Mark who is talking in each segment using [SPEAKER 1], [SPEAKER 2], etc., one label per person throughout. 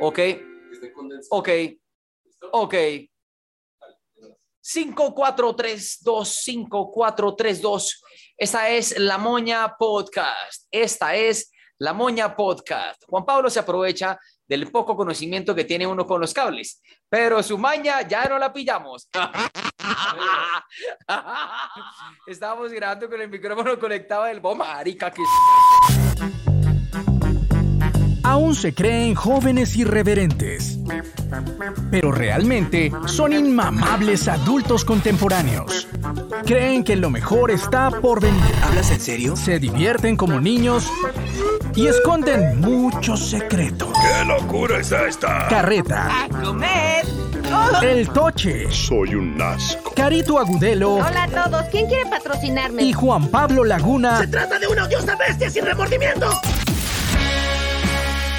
[SPEAKER 1] Ok. Ok. Ok. 5, 4, 3, 2, 5, 4, 3, 2. Esta es La Moña Podcast. Esta es La Moña Podcast. Juan Pablo se aprovecha del poco conocimiento que tiene uno con los cables, pero su maña ya no la pillamos. Estábamos grabando con el micrófono conectado del bomba, marica, que...
[SPEAKER 2] Aún se creen jóvenes irreverentes, pero realmente son inmamables adultos contemporáneos. Creen que lo mejor está por venir.
[SPEAKER 3] ¿Hablas en serio?
[SPEAKER 2] Se divierten como niños y esconden muchos secretos.
[SPEAKER 4] ¡Qué locura es esta!
[SPEAKER 2] Carreta,
[SPEAKER 5] comer.
[SPEAKER 2] El Toche,
[SPEAKER 4] Soy un asco.
[SPEAKER 2] Carito Agudelo
[SPEAKER 5] Hola a todos, ¿quién quiere patrocinarme?
[SPEAKER 2] y Juan Pablo Laguna
[SPEAKER 3] ¡Trata de una odiosa bestia sin remordimientos!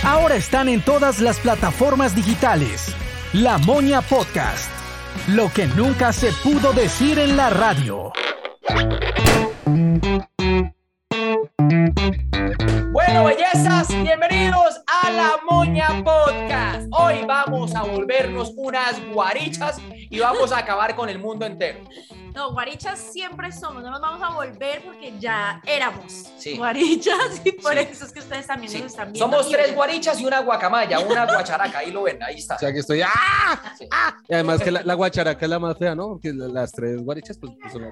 [SPEAKER 2] ahora están en todas las plataformas digitales. La Moña Podcast. Lo que nunca se pudo decir en la radio.
[SPEAKER 1] Bueno, bellezas, bienvenidos a La Moña Podcast. Hoy vamos a volvernos unas guarichas y vamos a acabar con el mundo entero.
[SPEAKER 6] No, guarichas siempre somos, no nos vamos a volver porque ya éramos
[SPEAKER 1] Sí.
[SPEAKER 6] guarichas y por
[SPEAKER 1] Sí.
[SPEAKER 6] eso es que ustedes también
[SPEAKER 1] Sí.
[SPEAKER 6] nos están viendo.
[SPEAKER 1] Somos
[SPEAKER 6] Y
[SPEAKER 1] tres
[SPEAKER 6] ven-
[SPEAKER 1] guarichas y una guacamaya, una guacharaca, ahí lo ven, ahí está.
[SPEAKER 7] O sea que estoy ¡ah!
[SPEAKER 1] Sí.
[SPEAKER 7] ¡ah! Y además que la, la guacharaca es la más fea, ¿no? Porque la- las tres guarichas, pues, pues, son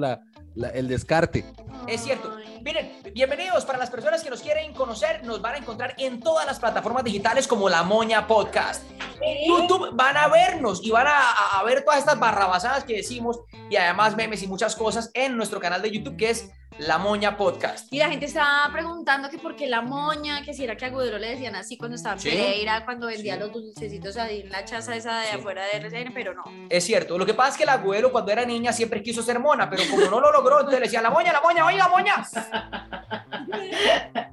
[SPEAKER 7] la- la- el descarte.
[SPEAKER 1] Es cierto. Miren, bienvenidos para las personas que nos quieren conocer, nos van a encontrar en todas las plataformas digitales como La Moña Podcast. En YouTube van a vernos y van a, a- a ver todas estas barrabasadas que decimos y además memes y muchas cosas en nuestro canal de YouTube que es La Moña Podcast.
[SPEAKER 6] Y la gente estaba preguntando que por qué la moña, que si era que a Agudero le decían así cuando estaba en
[SPEAKER 1] Sí.
[SPEAKER 6] Pereira, cuando vendía
[SPEAKER 1] Sí.
[SPEAKER 6] los dulcecitos ahí en la chaza esa de
[SPEAKER 1] Sí.
[SPEAKER 6] afuera de RCN, pero no.
[SPEAKER 1] Es cierto. Lo que pasa es que el abuelo cuando era niña siempre quiso ser mona, pero como no lo logró, entonces le decía La Moña, La Moña, oye La Moña.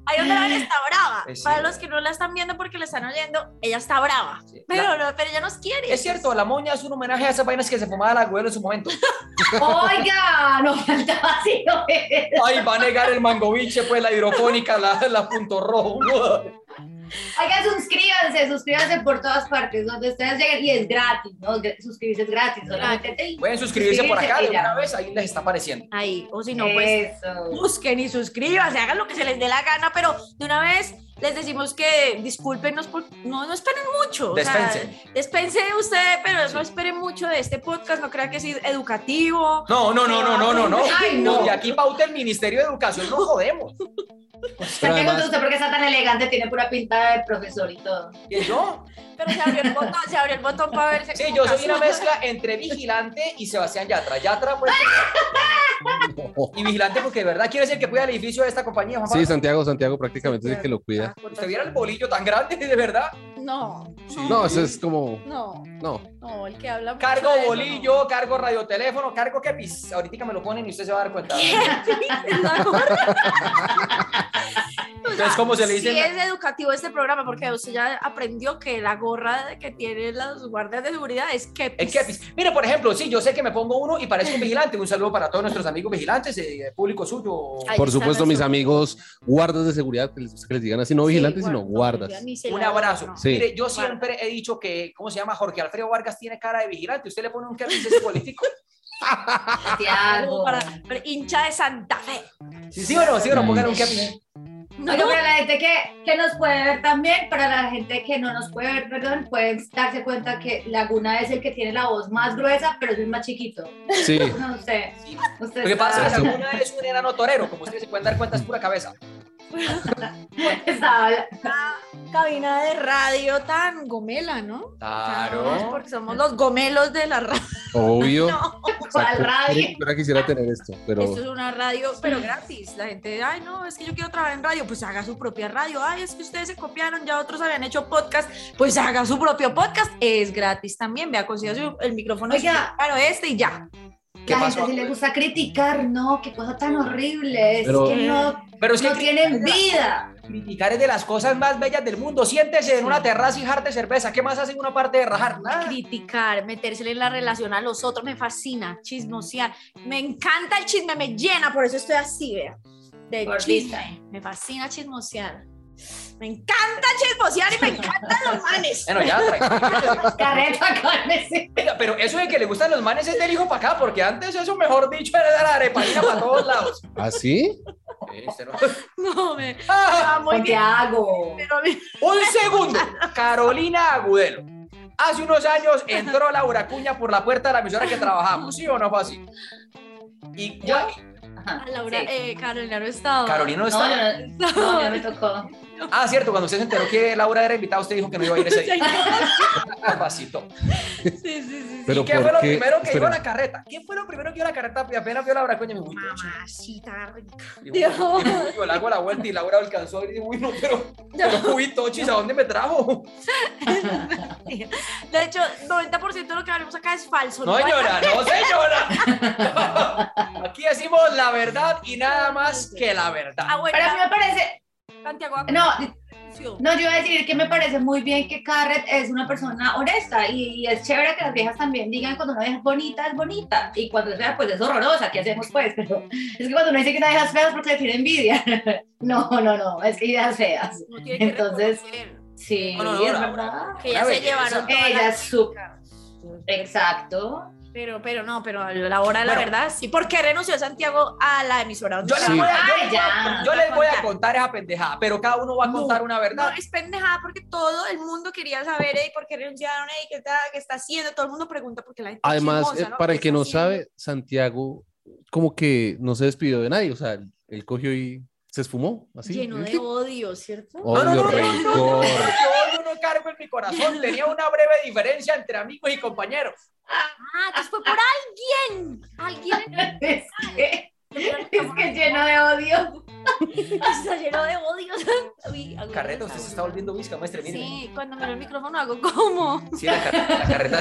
[SPEAKER 6] Ahí donde la ven está brava.
[SPEAKER 1] Es
[SPEAKER 6] Para
[SPEAKER 1] cierto.
[SPEAKER 6] los que no la están viendo porque la están oyendo, ella está brava.
[SPEAKER 1] Sí.
[SPEAKER 6] Pero, no, pero ella nos quiere.
[SPEAKER 1] Es cierto, La Moña es un homenaje a esas vainas que se fumaba el abuelo en su momento.
[SPEAKER 5] Oiga, no faltaba así, no era.
[SPEAKER 1] Ay, va a negar el mangoviche, pues la hidropónica, la, la punto rojo.
[SPEAKER 5] Oiga, suscríbanse, suscríbanse por todas partes, donde ustedes lleguen y es gratis, ¿no? Gra- Suscribirse es gratis, solamente te-
[SPEAKER 1] Pueden suscribirse por acá de
[SPEAKER 5] Suscribirse y ya.
[SPEAKER 1] una vez, ahí les está apareciendo.
[SPEAKER 6] Ahí, o si no, pues
[SPEAKER 5] Eh, Eso.
[SPEAKER 6] busquen y suscríbanse, hagan lo que se les dé la gana, pero de una vez les decimos que discúlpenos, por, no, no esperen mucho. o sea,
[SPEAKER 1] Despensen.
[SPEAKER 6] despensen usted, pero no esperen mucho de este podcast, no crean que es educativo.
[SPEAKER 1] No, no, no, no, no, no, no.
[SPEAKER 5] Ay, no.
[SPEAKER 1] Y aquí pauta el Ministerio de Educación, no jodemos.
[SPEAKER 7] Pero
[SPEAKER 5] Santiago,
[SPEAKER 7] además-
[SPEAKER 5] ¿usted por qué está tan elegante? Tiene pura pinta de profesor y todo.
[SPEAKER 1] ¿Y yo?
[SPEAKER 6] Pero se abrió el botón, se abrió el botón para verse.
[SPEAKER 1] Sí,
[SPEAKER 6] como
[SPEAKER 1] yo soy
[SPEAKER 6] casual.
[SPEAKER 1] una mezcla entre vigilante y Sebastián Yatra. Yatra, pues. Y vigilante, porque de verdad quiere decir que cuida el edificio de esta compañía, Juan
[SPEAKER 7] Sí,
[SPEAKER 1] Pablo?
[SPEAKER 7] Santiago, Santiago prácticamente es el que lo cuida.
[SPEAKER 1] ¿Usted viera el bolillo tan grande, de verdad?
[SPEAKER 6] No,
[SPEAKER 7] No, eso es como,
[SPEAKER 6] no,
[SPEAKER 7] no.
[SPEAKER 6] no, el que habla. mucho
[SPEAKER 1] Cargo
[SPEAKER 6] de eso, no.
[SPEAKER 1] bolillo, cargo radioteléfono, cargo que mis. Ahorita me lo ponen y usted se va a dar cuenta. Entonces, ¿cómo se le dice?
[SPEAKER 6] Sí es educativo este programa porque usted ya aprendió que la gorra de- que tienen los guardias de seguridad es que
[SPEAKER 1] El kepis. Mira, por ejemplo, sí, yo sé que me pongo uno y parezco un vigilante. Un saludo para todos nuestros amigos vigilantes, eh, público suyo.
[SPEAKER 6] Ay,
[SPEAKER 7] Por
[SPEAKER 6] está
[SPEAKER 7] supuesto, mis
[SPEAKER 6] nuestro-
[SPEAKER 7] amigos guardas de seguridad, que les, que les digan así, no vigilantes, sino guardas.
[SPEAKER 1] Un abrazo.
[SPEAKER 7] Sí.
[SPEAKER 1] Mire, yo siempre he dicho que, ¿cómo se llama? Jorge Alfredo Vargas tiene cara de vigilante. Usted le pone un kepis a ese político.
[SPEAKER 5] Santiago.
[SPEAKER 6] Para, para hincha de Santa Fe.
[SPEAKER 1] Sí, sí o no, sí o no, pongan un kepis.
[SPEAKER 6] No,
[SPEAKER 5] Oiga, para la gente que, que nos puede ver también, para la gente que no nos puede ver, perdón, pueden darse cuenta que Laguna es el que tiene la voz más gruesa, pero es el más chiquito.
[SPEAKER 7] Sí,
[SPEAKER 5] No sé. Usted
[SPEAKER 1] Lo que pasa es que
[SPEAKER 5] estaba-
[SPEAKER 1] alguna es un enano torero, como ustedes se pueden dar cuenta, es pura cabeza.
[SPEAKER 5] estaba-
[SPEAKER 6] cabina de radio tan gomela, ¿no? Tan-
[SPEAKER 1] Claro.
[SPEAKER 6] Porque somos los gomelos de la radio.
[SPEAKER 7] obvio.
[SPEAKER 5] ¿Cuál
[SPEAKER 7] Exacto.
[SPEAKER 5] radio?
[SPEAKER 7] Ahora quisiera tener esto, pero
[SPEAKER 6] Esto es una radio, pero gratis. La gente, ay, no, es que yo quiero trabajar en radio, pues haga su propia radio. Ay, es que ustedes se copiaron, ya otros habían hecho podcast, pues haga su propio podcast. Es gratis también. Vea, consiga su- el micrófono.
[SPEAKER 5] Oiga.
[SPEAKER 6] Claro, este y ya.
[SPEAKER 1] ¿Qué
[SPEAKER 5] la
[SPEAKER 1] pasó?
[SPEAKER 5] gente sí le gusta criticar, no, qué cosa tan horrible. Es
[SPEAKER 7] Pero-
[SPEAKER 5] que no,
[SPEAKER 1] Pero es que
[SPEAKER 5] no tienen vida.
[SPEAKER 1] criticar es de las cosas más bellas del mundo. Siéntese en una terraza y jarte cerveza. ¿Qué más hacen una parte de rajar? Nada.
[SPEAKER 6] criticar, metérsele en la relación a los otros, me fascina, chismosear. Me encanta el chisme, me llena, por eso estoy así, vea. De
[SPEAKER 5] Gordita.
[SPEAKER 6] chisme, me fascina chismosear. Me encanta chismosear y me encantan los manes.
[SPEAKER 1] Bueno, ya, tranquilo.
[SPEAKER 5] Carreta, cálmese.
[SPEAKER 1] Oiga, pero eso de que le gustan los manes es del hijo para acá, porque antes eso, mejor dicho, era la areparina para todos lados.
[SPEAKER 7] ¿Ah, sí?
[SPEAKER 1] Sí, se lo-
[SPEAKER 6] No, me
[SPEAKER 1] ¡Ah!
[SPEAKER 6] va muy
[SPEAKER 5] ¿Qué
[SPEAKER 6] bien.
[SPEAKER 5] hago?
[SPEAKER 6] Pero a mí-
[SPEAKER 1] Un segundo. Carolina Agudelo. Hace unos años entró Laura Cuña por la puerta de la emisora que trabajamos, ¿sí o no fue así? Y
[SPEAKER 5] Yo.
[SPEAKER 1] ya-
[SPEAKER 5] Ajá,
[SPEAKER 6] Laura,
[SPEAKER 5] sí.
[SPEAKER 6] eh, Carolina no estaba.
[SPEAKER 1] Carolina no
[SPEAKER 5] No,
[SPEAKER 1] estaba.
[SPEAKER 5] yo no, no, yo no me tocó.
[SPEAKER 1] Ah, cierto, cuando usted se enteró que Laura era invitada, usted dijo que no iba a ir ese día. Papacito.
[SPEAKER 6] Sí, sí, sí, sí.
[SPEAKER 7] Pero
[SPEAKER 1] ¿Y qué fue lo
[SPEAKER 7] ¿por qué?
[SPEAKER 1] primero que
[SPEAKER 7] Espera.
[SPEAKER 1] dijo la carreta? ¿Qué fue lo primero que dio la carreta? Y apenas vio a Laura Cuña, me dijo, uy,
[SPEAKER 6] Mamacita rica.
[SPEAKER 1] Digo,
[SPEAKER 6] Dios.
[SPEAKER 1] Yo le hago la vuelta y Laura alcanzó y digo, uy, no, pero, pero uy, Tochis, ¿a dónde me trajo?
[SPEAKER 6] De hecho, 90% de lo que hablamos acá es falso.
[SPEAKER 1] No,
[SPEAKER 6] hay-
[SPEAKER 1] señora, no, señora. Aquí decimos la verdad y nada más que la
[SPEAKER 6] Ah,
[SPEAKER 1] verdad.
[SPEAKER 6] bueno,
[SPEAKER 5] Pero a mí me parece.
[SPEAKER 6] Santiago
[SPEAKER 5] No,
[SPEAKER 6] Aconcio.
[SPEAKER 5] No, yo iba a decir que me parece muy bien que Carret es una persona honesta y, y es chévere que las viejas también digan cuando una vieja es bonita, es bonita. Y cuando es fea, pues es horrorosa. ¿Qué hacemos pues? Pero es que cuando uno dice que una vieja es fea es porque le tiene envidia. No, no, no, es que ideas feas.
[SPEAKER 6] No tiene que
[SPEAKER 5] Entonces-
[SPEAKER 6] reconocer
[SPEAKER 5] Sí,
[SPEAKER 1] No, no, no,
[SPEAKER 5] es
[SPEAKER 1] Laura.
[SPEAKER 5] verdad.
[SPEAKER 6] que ya se
[SPEAKER 1] belleza.
[SPEAKER 6] llevaron toda
[SPEAKER 5] Ella
[SPEAKER 6] la
[SPEAKER 5] es su-
[SPEAKER 6] chica.
[SPEAKER 5] Exacto.
[SPEAKER 6] Pero, pero no, pero a la hora de la
[SPEAKER 1] Bueno.
[SPEAKER 6] verdad, sí. ¿Por qué renunció Santiago a la emisora? donde
[SPEAKER 1] Yo les,
[SPEAKER 6] estaba?
[SPEAKER 1] voy a, yo
[SPEAKER 5] Ah,
[SPEAKER 1] les voy a-
[SPEAKER 5] ya.
[SPEAKER 1] yo les voy a contar esa pendejada, pero cada uno va a
[SPEAKER 6] No,
[SPEAKER 1] contar una
[SPEAKER 6] No,
[SPEAKER 1] verdad.
[SPEAKER 6] es pendejada porque todo el mundo quería saber, ¿eh? ¿Por qué renunciaron? ¿eh? ¿Qué está, qué está haciendo? Todo el mundo pregunta porque la gente es
[SPEAKER 7] Además,
[SPEAKER 6] chismosa,
[SPEAKER 7] eh,
[SPEAKER 6] ¿no?
[SPEAKER 7] para
[SPEAKER 6] ¿Qué
[SPEAKER 7] el que
[SPEAKER 6] está
[SPEAKER 7] no
[SPEAKER 6] haciendo?
[SPEAKER 7] sabe, Santiago como que no se despidió de nadie, o sea, él, él cogió y se esfumó, así.
[SPEAKER 6] Lleno de odio, ¿cierto?
[SPEAKER 7] Odio,
[SPEAKER 1] no, no, no, no, no, no,
[SPEAKER 7] rencor.
[SPEAKER 1] yo no cargo en mi corazón, tenía una breve diferencia entre amigos y compañeros.
[SPEAKER 6] Ah, entonces fue por alguien. Alguien
[SPEAKER 5] Es que, es que
[SPEAKER 6] está
[SPEAKER 5] lleno de odio.
[SPEAKER 6] lleno de odio. Uy, hago-
[SPEAKER 1] Carreta, usted se está volviendo visca, muestre, mire.
[SPEAKER 6] Sí, cuando me lo el micrófono hago como.
[SPEAKER 1] Sí, la, car- la carreta.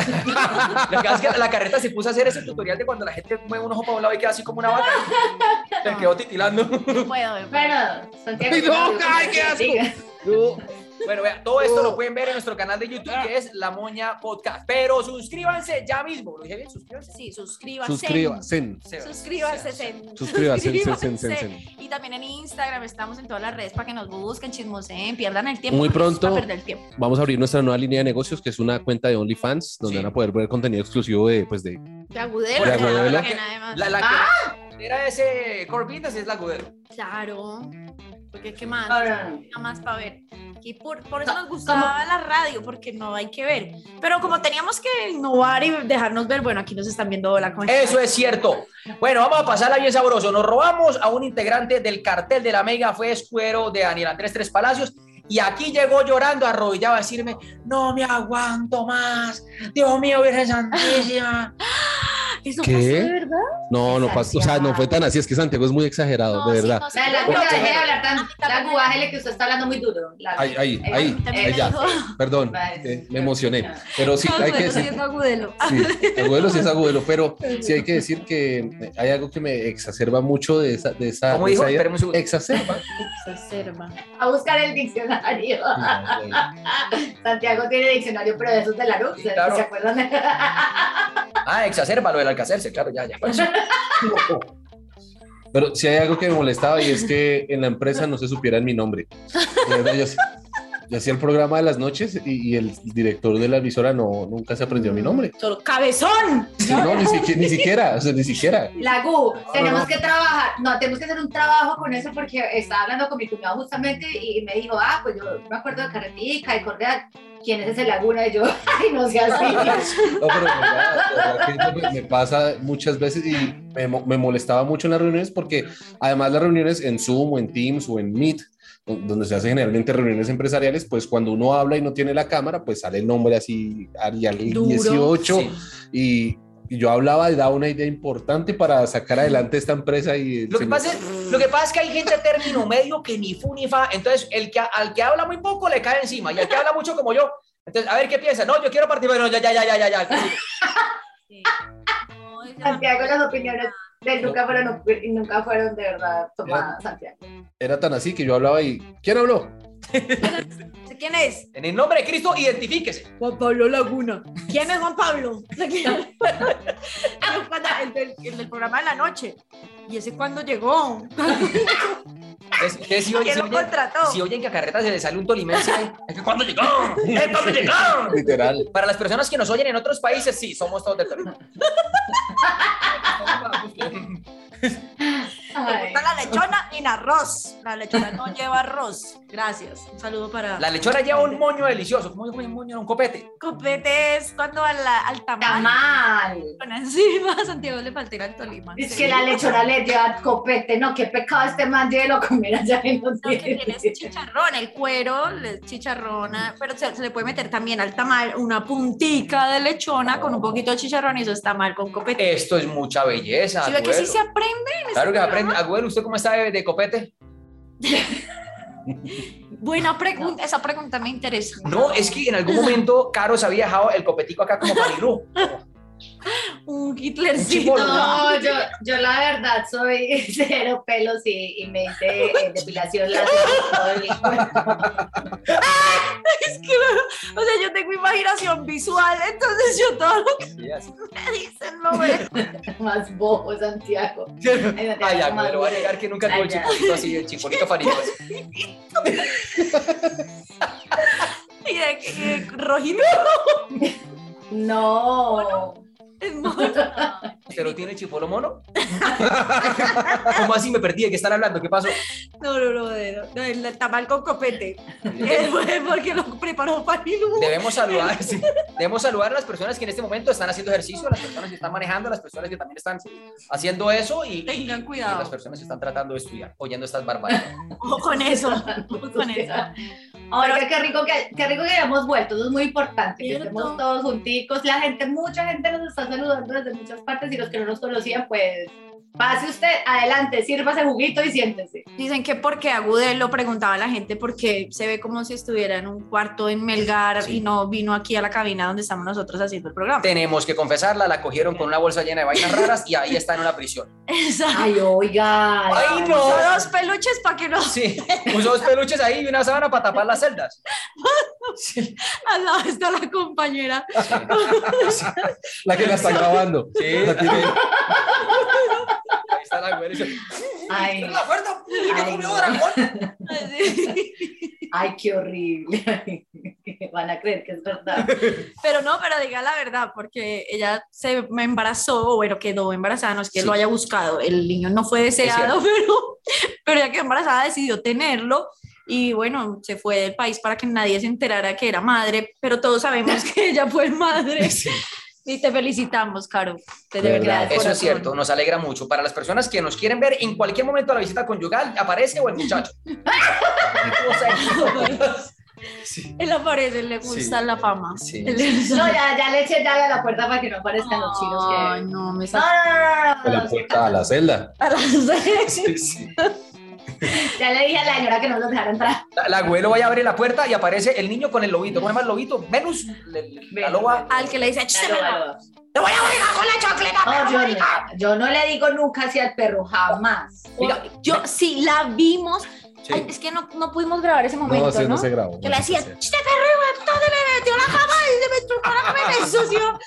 [SPEAKER 1] Lo que pasa es que la carreta se puso a hacer ese tutorial de cuando la gente mueve un ojo para un lado y queda así como una vaca. Se quedó titilando.
[SPEAKER 6] No puedo, eh.
[SPEAKER 5] Bueno, Santiago.
[SPEAKER 7] Ay, no, ay, qué asco.
[SPEAKER 5] Diga.
[SPEAKER 7] Yo-
[SPEAKER 1] Bueno, vea, todo esto lo pueden ver en nuestro canal de YouTube que es La Moña Podcast. Pero suscríbanse ya mismo. ¿Lo dije bien? Suscríbanse.
[SPEAKER 6] Sí, suscríbase.
[SPEAKER 7] Suscríbase.
[SPEAKER 1] Se-
[SPEAKER 6] Suscríbase.
[SPEAKER 1] se-
[SPEAKER 6] sen.
[SPEAKER 7] Suscríbase, sen, sen, sen,
[SPEAKER 6] Suscríbanse.
[SPEAKER 7] sen.
[SPEAKER 6] Y también en Instagram estamos en todas las redes para que nos busquen, chismoseen, pierdan el tiempo.
[SPEAKER 7] Muy
[SPEAKER 6] porque eso es
[SPEAKER 7] pronto.
[SPEAKER 6] para perder el tiempo.
[SPEAKER 7] Vamos a abrir nuestra nueva línea de negocios, que es una cuenta de OnlyFans, donde
[SPEAKER 1] Sí.
[SPEAKER 7] van a poder ver contenido exclusivo de, pues, de
[SPEAKER 6] De agudero.
[SPEAKER 7] De
[SPEAKER 6] o sea,
[SPEAKER 7] agudelo.
[SPEAKER 6] porque nada más.
[SPEAKER 1] La, la que era ese Corbin, así es la Gudero.
[SPEAKER 6] Claro. Porque qué más,
[SPEAKER 5] Ahora.
[SPEAKER 6] nada más para ver. Y por, por eso
[SPEAKER 5] Co-
[SPEAKER 6] nos gustaba la radio, porque no hay que ver. Pero como teníamos que innovar y dejarnos ver, bueno, aquí nos están viendo la
[SPEAKER 1] Eso es cierto. Bueno, vamos a pasarla bien sabroso. Nos robamos a un integrante del cartel de la Mega, fue escuero de Daniel Andrés Tres Palacios. Y aquí llegó llorando, arrodillado a decirme: No me aguanto más. Dios mío, Virgen Santísima.
[SPEAKER 6] ¿Eso
[SPEAKER 7] ¿Qué?
[SPEAKER 6] pasó de verdad?
[SPEAKER 7] No, no pasó, o sea, no fue tan así, es que Santiago es muy exagerado, de
[SPEAKER 6] sí,
[SPEAKER 7] verdad.
[SPEAKER 6] no sé.
[SPEAKER 5] La, la,
[SPEAKER 1] Bueno,
[SPEAKER 5] la, deje de
[SPEAKER 1] bueno.
[SPEAKER 5] hablar tan. La
[SPEAKER 6] también.
[SPEAKER 5] guájele que usted está hablando muy duro. La-
[SPEAKER 7] Ahí, ahí,
[SPEAKER 5] Eh,
[SPEAKER 7] ahí,
[SPEAKER 6] también
[SPEAKER 7] ahí
[SPEAKER 6] me
[SPEAKER 7] ya.
[SPEAKER 6] dijo.
[SPEAKER 7] Perdón,
[SPEAKER 5] Vale.
[SPEAKER 7] eh, me emocioné. Pero sí, hay
[SPEAKER 6] Agudelo,
[SPEAKER 7] que
[SPEAKER 6] sí,
[SPEAKER 7] decir,
[SPEAKER 6] es agudelo.
[SPEAKER 7] sí, agudelo sí es agudelo, pero sí hay que decir que hay algo que me exacerba mucho de esa, de esa,
[SPEAKER 1] Como
[SPEAKER 7] de
[SPEAKER 1] dijo,
[SPEAKER 7] esa idea.
[SPEAKER 1] espérame un segundo.
[SPEAKER 7] exacerba.
[SPEAKER 5] A buscar el diccionario. Santiago tiene diccionario, pero de esos de la luz,
[SPEAKER 1] Sí, claro.
[SPEAKER 5] ¿se acuerdan?
[SPEAKER 1] Ah, exacerba lo del alcacerse, claro, ya, pues. ya.
[SPEAKER 7] Pero sí hay algo que me molestaba y es que en la empresa no se supiera mi nombre. De verdad, yo, hacía- yo hacía el programa de las noches y, y el director de la emisora no, nunca se aprendió mi nombre.
[SPEAKER 6] Solo cabezón.
[SPEAKER 7] Sí, no, ni siquiera, ni siquiera, o sea, ni siquiera.
[SPEAKER 5] La GU, tenemos
[SPEAKER 7] no.
[SPEAKER 5] que trabajar, no, tenemos que hacer un trabajo con eso porque estaba hablando con mi cuñado justamente y me dijo, ah, pues yo me acuerdo de Carretica y Correa, ¿quién es ese Laguna? Y yo, ay, no sea así.
[SPEAKER 7] No, pero de verdad, de verdad que esto me- me pasa muchas veces y me, mo- me molestaba mucho en las reuniones porque además las reuniones en Zoom o en Teams o en Meet, don- donde se hacen generalmente reuniones empresariales, pues cuando uno habla y no tiene la cámara, pues sale el nombre así, Arial
[SPEAKER 6] Duro,
[SPEAKER 7] 18 y, y yo hablaba y daba una idea importante para sacar adelante esta empresa y...
[SPEAKER 1] Lo
[SPEAKER 7] se
[SPEAKER 1] que,
[SPEAKER 7] me-
[SPEAKER 1] pasa es, lo que pasa es que hay gente de término medio que ni fu ni fa. Entonces, el que, al que habla muy poco le cae encima y al que habla mucho como yo. Entonces, a ver qué piensa. No, yo quiero participar. No, ya, ya, ya, ya, ya. ya.
[SPEAKER 6] Sí. No, ella-
[SPEAKER 5] Santiago, las opiniones de nunca fueron, nunca fueron de verdad tomadas, Santiago.
[SPEAKER 7] Era tan así que yo hablaba y... ¿Quién habló?
[SPEAKER 6] Se ¿Quién es?
[SPEAKER 1] En el nombre de Cristo, identifíquese.
[SPEAKER 6] Juan Pablo Laguna. ¿Quién es Juan Pablo? Ah, cuando- el, del, el del programa de la noche. ¿Y ese cuándo llegó?
[SPEAKER 1] Es que si, oyen-
[SPEAKER 6] ¿Quién
[SPEAKER 1] si
[SPEAKER 6] lo
[SPEAKER 1] oyen,
[SPEAKER 6] contrató?
[SPEAKER 1] si oyen que a carreta se le sale un tolimense, ahí, es que cuando llegó, es cuando llegó.
[SPEAKER 7] Literal.
[SPEAKER 1] Para las personas que nos oyen en otros países, sí, somos todos de Tolima.
[SPEAKER 6] Me
[SPEAKER 5] Ay.
[SPEAKER 6] gusta la lechona en arroz. La lechona no lleva arroz. Gracias. Un saludo para.
[SPEAKER 1] La lechona lleva un moño delicioso. ¿Cómo dijo el moño? Un copete.
[SPEAKER 6] Copete es cuando al, al tamal.
[SPEAKER 5] Tamal.
[SPEAKER 6] Con encima a Santiago le faltará el Tolima.
[SPEAKER 5] Es
[SPEAKER 6] Sí.
[SPEAKER 5] que la lechona le lleva copete. No, qué pecado este man lo comer allá en los
[SPEAKER 6] No, que tienes chicharrón, el cuero, le- chicharrona, pero se, se le puede meter también al tamal una puntica de lechona con un poquito de chicharrón y eso está mal con copete.
[SPEAKER 1] Esto es mucha belleza.
[SPEAKER 6] Si ve que sí
[SPEAKER 1] Agüero.
[SPEAKER 6] se aprende en este
[SPEAKER 1] Claro que se aprende.
[SPEAKER 6] programa.
[SPEAKER 1] Agüero, ¿usted cómo está de, de copete?
[SPEAKER 6] Buena pregunta, esa pregunta me interesa.
[SPEAKER 1] No, es que en algún momento Caro se había dejado el copetico acá como palilú.
[SPEAKER 6] Un
[SPEAKER 1] Un
[SPEAKER 6] Hitlercito.
[SPEAKER 1] chibolo.
[SPEAKER 5] No, yo, yo la verdad soy cero pelos y, y me hice eh, depilación láser y todo el cuerpo.
[SPEAKER 6] Es que, o sea, yo tengo imaginación visual, entonces yo todo lo que me dicen lo veo.
[SPEAKER 5] Más bobo, Santiago. Ay, Santiago,
[SPEAKER 1] Ay,
[SPEAKER 5] más
[SPEAKER 1] Agüero, va a
[SPEAKER 5] bobo.
[SPEAKER 1] negar que nunca tuvo
[SPEAKER 5] Ay,
[SPEAKER 1] el
[SPEAKER 5] ya.
[SPEAKER 1] chipolito así, el chipolito palilú.
[SPEAKER 6] Y de que rojito
[SPEAKER 5] No.
[SPEAKER 6] es mono.
[SPEAKER 1] ¿Pero tiene chipolo mono? ¿Cómo así me perdí? ¿De qué están hablando? ¿Qué pasó?
[SPEAKER 6] No, no, no, no, no, el tamal con copete. Es bueno porque lo preparó Panilu.
[SPEAKER 1] Debemos saludar, sí. debemos saludar a las personas que en este momento están haciendo ejercicio, a las personas que están manejando, a las personas que también están haciendo eso y,
[SPEAKER 6] Tengan
[SPEAKER 1] y-
[SPEAKER 6] cuidado.
[SPEAKER 1] y las personas que están tratando de estudiar, oyendo estas barbaridades.
[SPEAKER 6] Ojo con eso. ojo con eso.
[SPEAKER 5] Oiga, qué rico que, qué rico que hayamos vuelto, eso es muy importante, que
[SPEAKER 6] Cierto.
[SPEAKER 5] estemos todos junticos, la gente, mucha gente nos está saludando desde muchas partes y los que no nos conocían, pues pase usted, adelante, sírvase juguito y siéntese.
[SPEAKER 6] Dicen que porque Agudelo lo preguntaba a la gente porque se ve como si estuviera en un cuarto en Melgar
[SPEAKER 1] Sí.
[SPEAKER 6] y no vino aquí a la cabina donde estamos nosotros haciendo el programa.
[SPEAKER 1] Tenemos que confesarla, la cogieron con una bolsa llena de vainas raras y ahí está en una prisión.
[SPEAKER 6] Exacto.
[SPEAKER 5] Ay, oiga.
[SPEAKER 1] ¡Ay, no!
[SPEAKER 6] Usó dos peluches para que no
[SPEAKER 1] Sí, puso dos peluches ahí y una sábana para tapar las celdas. Sí,
[SPEAKER 6] al lado está la compañera.
[SPEAKER 7] La que la está grabando.
[SPEAKER 1] sí.
[SPEAKER 7] La tiene-
[SPEAKER 1] Ahí está la güera y dice,
[SPEAKER 5] Ay,
[SPEAKER 1] "Abre la puerta! ¡Mira,
[SPEAKER 5] Ay,
[SPEAKER 1] comió
[SPEAKER 5] no.
[SPEAKER 1] dragón".
[SPEAKER 5] ay, qué horrible. Van a creer que es verdad.
[SPEAKER 6] Pero no, pero diga la verdad, porque ella se me embarazó, o bueno, quedó embarazada, no es que
[SPEAKER 1] Sí.
[SPEAKER 6] lo haya buscado, el niño no fue deseado, pero, pero ella quedó embarazada, decidió tenerlo y bueno, se fue del país para que nadie se enterara que era madre, pero todos sabemos que ella fue madre. Y te felicitamos, Caro. Te
[SPEAKER 7] De verdad,
[SPEAKER 6] de
[SPEAKER 1] Eso
[SPEAKER 6] corazón.
[SPEAKER 1] es cierto, nos alegra mucho. Para las personas que nos quieren ver, en cualquier momento de la visita conyugal aparece o el muchacho. O sea,
[SPEAKER 6] Él aparece, le gusta la fama.
[SPEAKER 1] Sí.
[SPEAKER 6] Él le gusta-
[SPEAKER 5] No, ya, ya le eché llave a la puerta para que no aparezcan los chinos que...
[SPEAKER 6] Ay, no, me
[SPEAKER 5] No,
[SPEAKER 6] saca
[SPEAKER 5] no, no,
[SPEAKER 7] de
[SPEAKER 5] no, no,
[SPEAKER 7] la puerta a la celda.
[SPEAKER 6] a las-
[SPEAKER 5] Ya le dije a la señora que no nos dejara entrar.
[SPEAKER 1] la, la abuelo vaya a abrir la puerta y aparece el niño con el lobito. ¿Cómo se llama el lobito? Venus. le- le- la loba.
[SPEAKER 6] Al que le dice, "Chútemela".
[SPEAKER 1] ¡Te voy a obligar con la chocleta!
[SPEAKER 5] No, yo, no, yo no le digo nunca hacia el perro, jamás.
[SPEAKER 1] Oiga,
[SPEAKER 6] Yo sí la vimos.
[SPEAKER 7] Sí.
[SPEAKER 6] Ay, es que no, no pudimos grabar ese momento,
[SPEAKER 7] No,
[SPEAKER 6] ¿no?
[SPEAKER 7] se, no se grabó.
[SPEAKER 6] Yo le hacía, este perro hijo de puta, le metió la cama y le metió para que me ensució.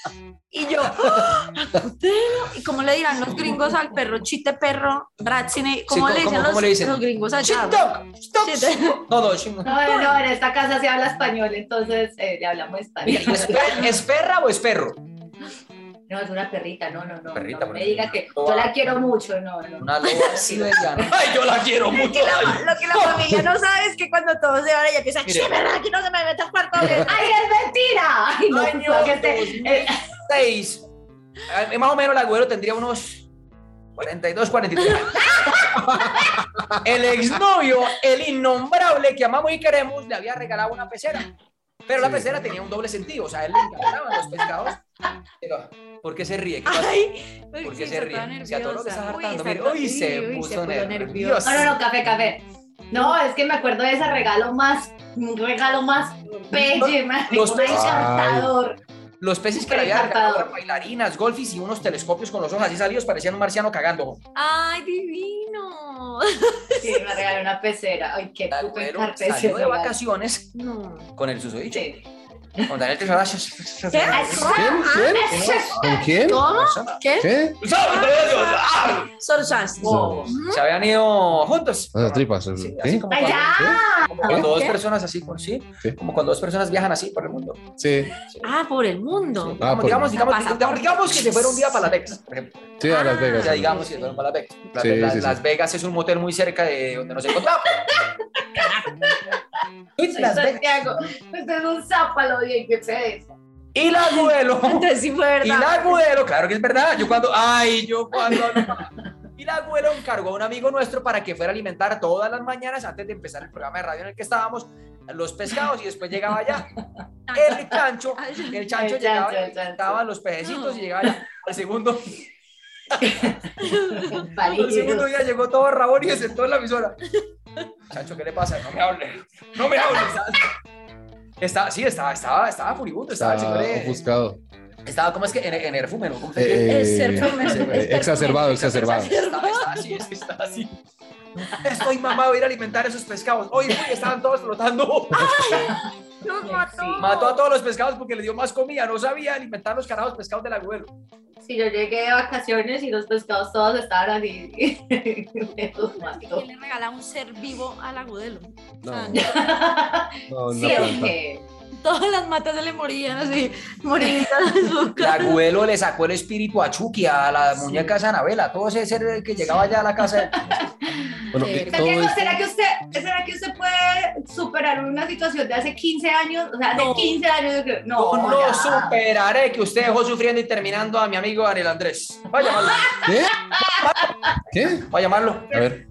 [SPEAKER 6] Y yo, ¡ah! ¡Putero! ¿y cómo le dirán los gringos al perro? Chiste perro, ratzine, ¿cómo,
[SPEAKER 1] ¿cómo-
[SPEAKER 6] le, dicen
[SPEAKER 1] cómo-
[SPEAKER 6] los,
[SPEAKER 1] cómo le dicen?
[SPEAKER 6] los gringos allá?
[SPEAKER 1] ¡Stop! ¡Stop!
[SPEAKER 6] Chiste.
[SPEAKER 1] Todo, chingo.
[SPEAKER 5] No, no, en esta casa se habla español, entonces eh, le hablamos
[SPEAKER 1] Mira,
[SPEAKER 5] español.
[SPEAKER 1] ¿y ¿Es, per- es perra o es perro?
[SPEAKER 5] No, es una perrita, no, no, no.
[SPEAKER 1] Perrita,
[SPEAKER 5] no me
[SPEAKER 1] pero-
[SPEAKER 5] diga que yo la quiero mucho, no, no.
[SPEAKER 1] Una loba así de llana. ¡Ay, yo la quiero
[SPEAKER 6] Lo
[SPEAKER 1] mucho!
[SPEAKER 6] que la, lo que la familia no sabe es que cuando todos se van, ella empieza,
[SPEAKER 1] Mire.
[SPEAKER 6] chiste perro, aquí no se me mete al cuarto. de-".
[SPEAKER 5] ¡Ay, es mentira! Ay, no,
[SPEAKER 1] Año
[SPEAKER 5] fue que este- eh,
[SPEAKER 1] Seis. Eh, Más o menos el agüero tendría unos 42, 43. el exnovio, el innombrable que amamos y queremos, le había regalado una pecera. Pero la
[SPEAKER 7] Sí.
[SPEAKER 1] pecera tenía un doble sentido. O sea, a él le encantaban los pescados. Pero, ¿por qué se ríe? ¿Qué pasa?
[SPEAKER 6] Ay, uy,
[SPEAKER 1] ¿Por
[SPEAKER 6] sí,
[SPEAKER 1] qué se
[SPEAKER 6] está toda
[SPEAKER 1] ríe? Se atoró que
[SPEAKER 6] nerviosa.
[SPEAKER 1] está
[SPEAKER 6] Uy,
[SPEAKER 1] hartando.
[SPEAKER 6] está
[SPEAKER 1] Mire,
[SPEAKER 6] toda-
[SPEAKER 1] uy, se
[SPEAKER 6] uy,
[SPEAKER 1] puso nervioso.
[SPEAKER 5] No, no, no, café, café. No, es que me acuerdo de ese regalo más, un regalo más pelle, más
[SPEAKER 1] Los
[SPEAKER 5] un
[SPEAKER 1] peces.
[SPEAKER 5] encantador.
[SPEAKER 1] Los peces que le había regalado eran bailarinas, golfis y unos telescopios con los ojos así salidos parecían un marciano cagando.
[SPEAKER 6] ¡Ay, divino!
[SPEAKER 5] Sí, me regaló una pecera. Ay, qué puto
[SPEAKER 1] Pero
[SPEAKER 5] encarte ese
[SPEAKER 1] salió de
[SPEAKER 5] regalo.
[SPEAKER 1] vacaciones
[SPEAKER 6] No.
[SPEAKER 1] con el susodicho.
[SPEAKER 5] Sí.
[SPEAKER 1] Con Daniel Tejada.
[SPEAKER 6] ¿Qué?
[SPEAKER 7] ¿Quién? ¿Quién? ¿Con quién?
[SPEAKER 6] ¿Cómo? ¿Qué?
[SPEAKER 7] ¿Qué?
[SPEAKER 6] Sorsas.
[SPEAKER 7] No.
[SPEAKER 1] Ah, Se habían ido juntos.
[SPEAKER 7] Las tripas. ¿Qué?
[SPEAKER 1] Sí, así como
[SPEAKER 5] ¡Ay,
[SPEAKER 1] cuando,
[SPEAKER 5] ya!
[SPEAKER 1] como cuando dos
[SPEAKER 6] ¿Qué?
[SPEAKER 1] personas así, pues, sí,
[SPEAKER 7] Sí.
[SPEAKER 1] como cuando dos personas viajan así por el mundo.
[SPEAKER 7] Sí,
[SPEAKER 6] Ah, por el mundo.
[SPEAKER 7] Ah,
[SPEAKER 1] Digamos,
[SPEAKER 7] por-
[SPEAKER 1] digamos, digamos,
[SPEAKER 6] Pasa-
[SPEAKER 1] digamos- digamos que se fueron un día para Las Vegas, por ejemplo.
[SPEAKER 7] sí, a Las
[SPEAKER 1] O
[SPEAKER 7] Vegas.
[SPEAKER 1] sea, Ah, digamos que se fueron para Las Vegas. Las,
[SPEAKER 7] Sí,
[SPEAKER 1] Vegas-
[SPEAKER 7] sí, sí.
[SPEAKER 1] Las Vegas es un motel muy cerca de donde nos encontramos. Y
[SPEAKER 5] Soy
[SPEAKER 1] Las Vegas.
[SPEAKER 5] Santiago. Usted es un zápalo, bien que ustedes.
[SPEAKER 1] Y la duelo.
[SPEAKER 6] Entonces sí fue
[SPEAKER 1] Y
[SPEAKER 6] verdad.
[SPEAKER 1] la Agüero, claro que es verdad. Yo cuando, ay, yo cuando. Y la Agüero encargó a un amigo nuestro para que fuera a alimentar todas las mañanas antes de empezar el programa de radio en el que estábamos los pescados y después llegaba allá el chancho. El chancho
[SPEAKER 5] El chancho,
[SPEAKER 1] llegaba,
[SPEAKER 5] el
[SPEAKER 1] y
[SPEAKER 5] chancho.
[SPEAKER 1] quitaba los pejecitos y llegaba allá. Al segundo, al segundo
[SPEAKER 5] Palillos.
[SPEAKER 1] día llegó todo rabón y se sentó en la emisora. Chancho, ¿qué le pasa? No me hable, no me hable. Estaba, sí, estaba, estaba, estaba furibundo, estaba, el
[SPEAKER 7] Está
[SPEAKER 1] señor, eh,
[SPEAKER 7] ofuscado.
[SPEAKER 1] estaba, ¿cómo es que? En, en el fumero, ¿cómo se dice?
[SPEAKER 7] Eh,
[SPEAKER 6] Es ser primero,
[SPEAKER 7] eh,
[SPEAKER 6] es ser
[SPEAKER 7] exacerbado, exacerbado.
[SPEAKER 1] Está, está así, es que está así. Estoy mamado de ir a alimentar esos pescados. Hoy estaban todos flotando.
[SPEAKER 6] Nos mató.
[SPEAKER 1] Mató a todos los pescados porque le dio más comida. No sabía alimentar los carados pescados del abuelo.
[SPEAKER 5] Si yo llegué de vacaciones y los pescados todos estaban así. Me los mató.
[SPEAKER 6] ¿Quién le regala un ser vivo al agudelo?
[SPEAKER 1] Ah,
[SPEAKER 7] No, no, una planta.
[SPEAKER 5] Siempre.
[SPEAKER 6] Todas las matas se le morían así, moriditas de su
[SPEAKER 1] El abuelo le sacó el espíritu a Chucky, a la muñeca Sanabela, a todo ese ser que llegaba allá a la casa.
[SPEAKER 7] Bueno,
[SPEAKER 6] Eh,
[SPEAKER 7] y todo
[SPEAKER 5] Santiago,
[SPEAKER 7] esto-
[SPEAKER 5] ¿será que, usted, ¿será que usted puede superar una situación de hace 15 años? O sea, hace
[SPEAKER 6] No.
[SPEAKER 5] 15 años. yo creo- No,
[SPEAKER 1] No, no
[SPEAKER 5] ya.
[SPEAKER 1] superaré que usted dejó sufriendo y terminando a mi amigo Daniel Andrés. Va a llamarlo,
[SPEAKER 7] ¿Qué? ¿Qué?
[SPEAKER 1] va a llamarlo.
[SPEAKER 7] A ver,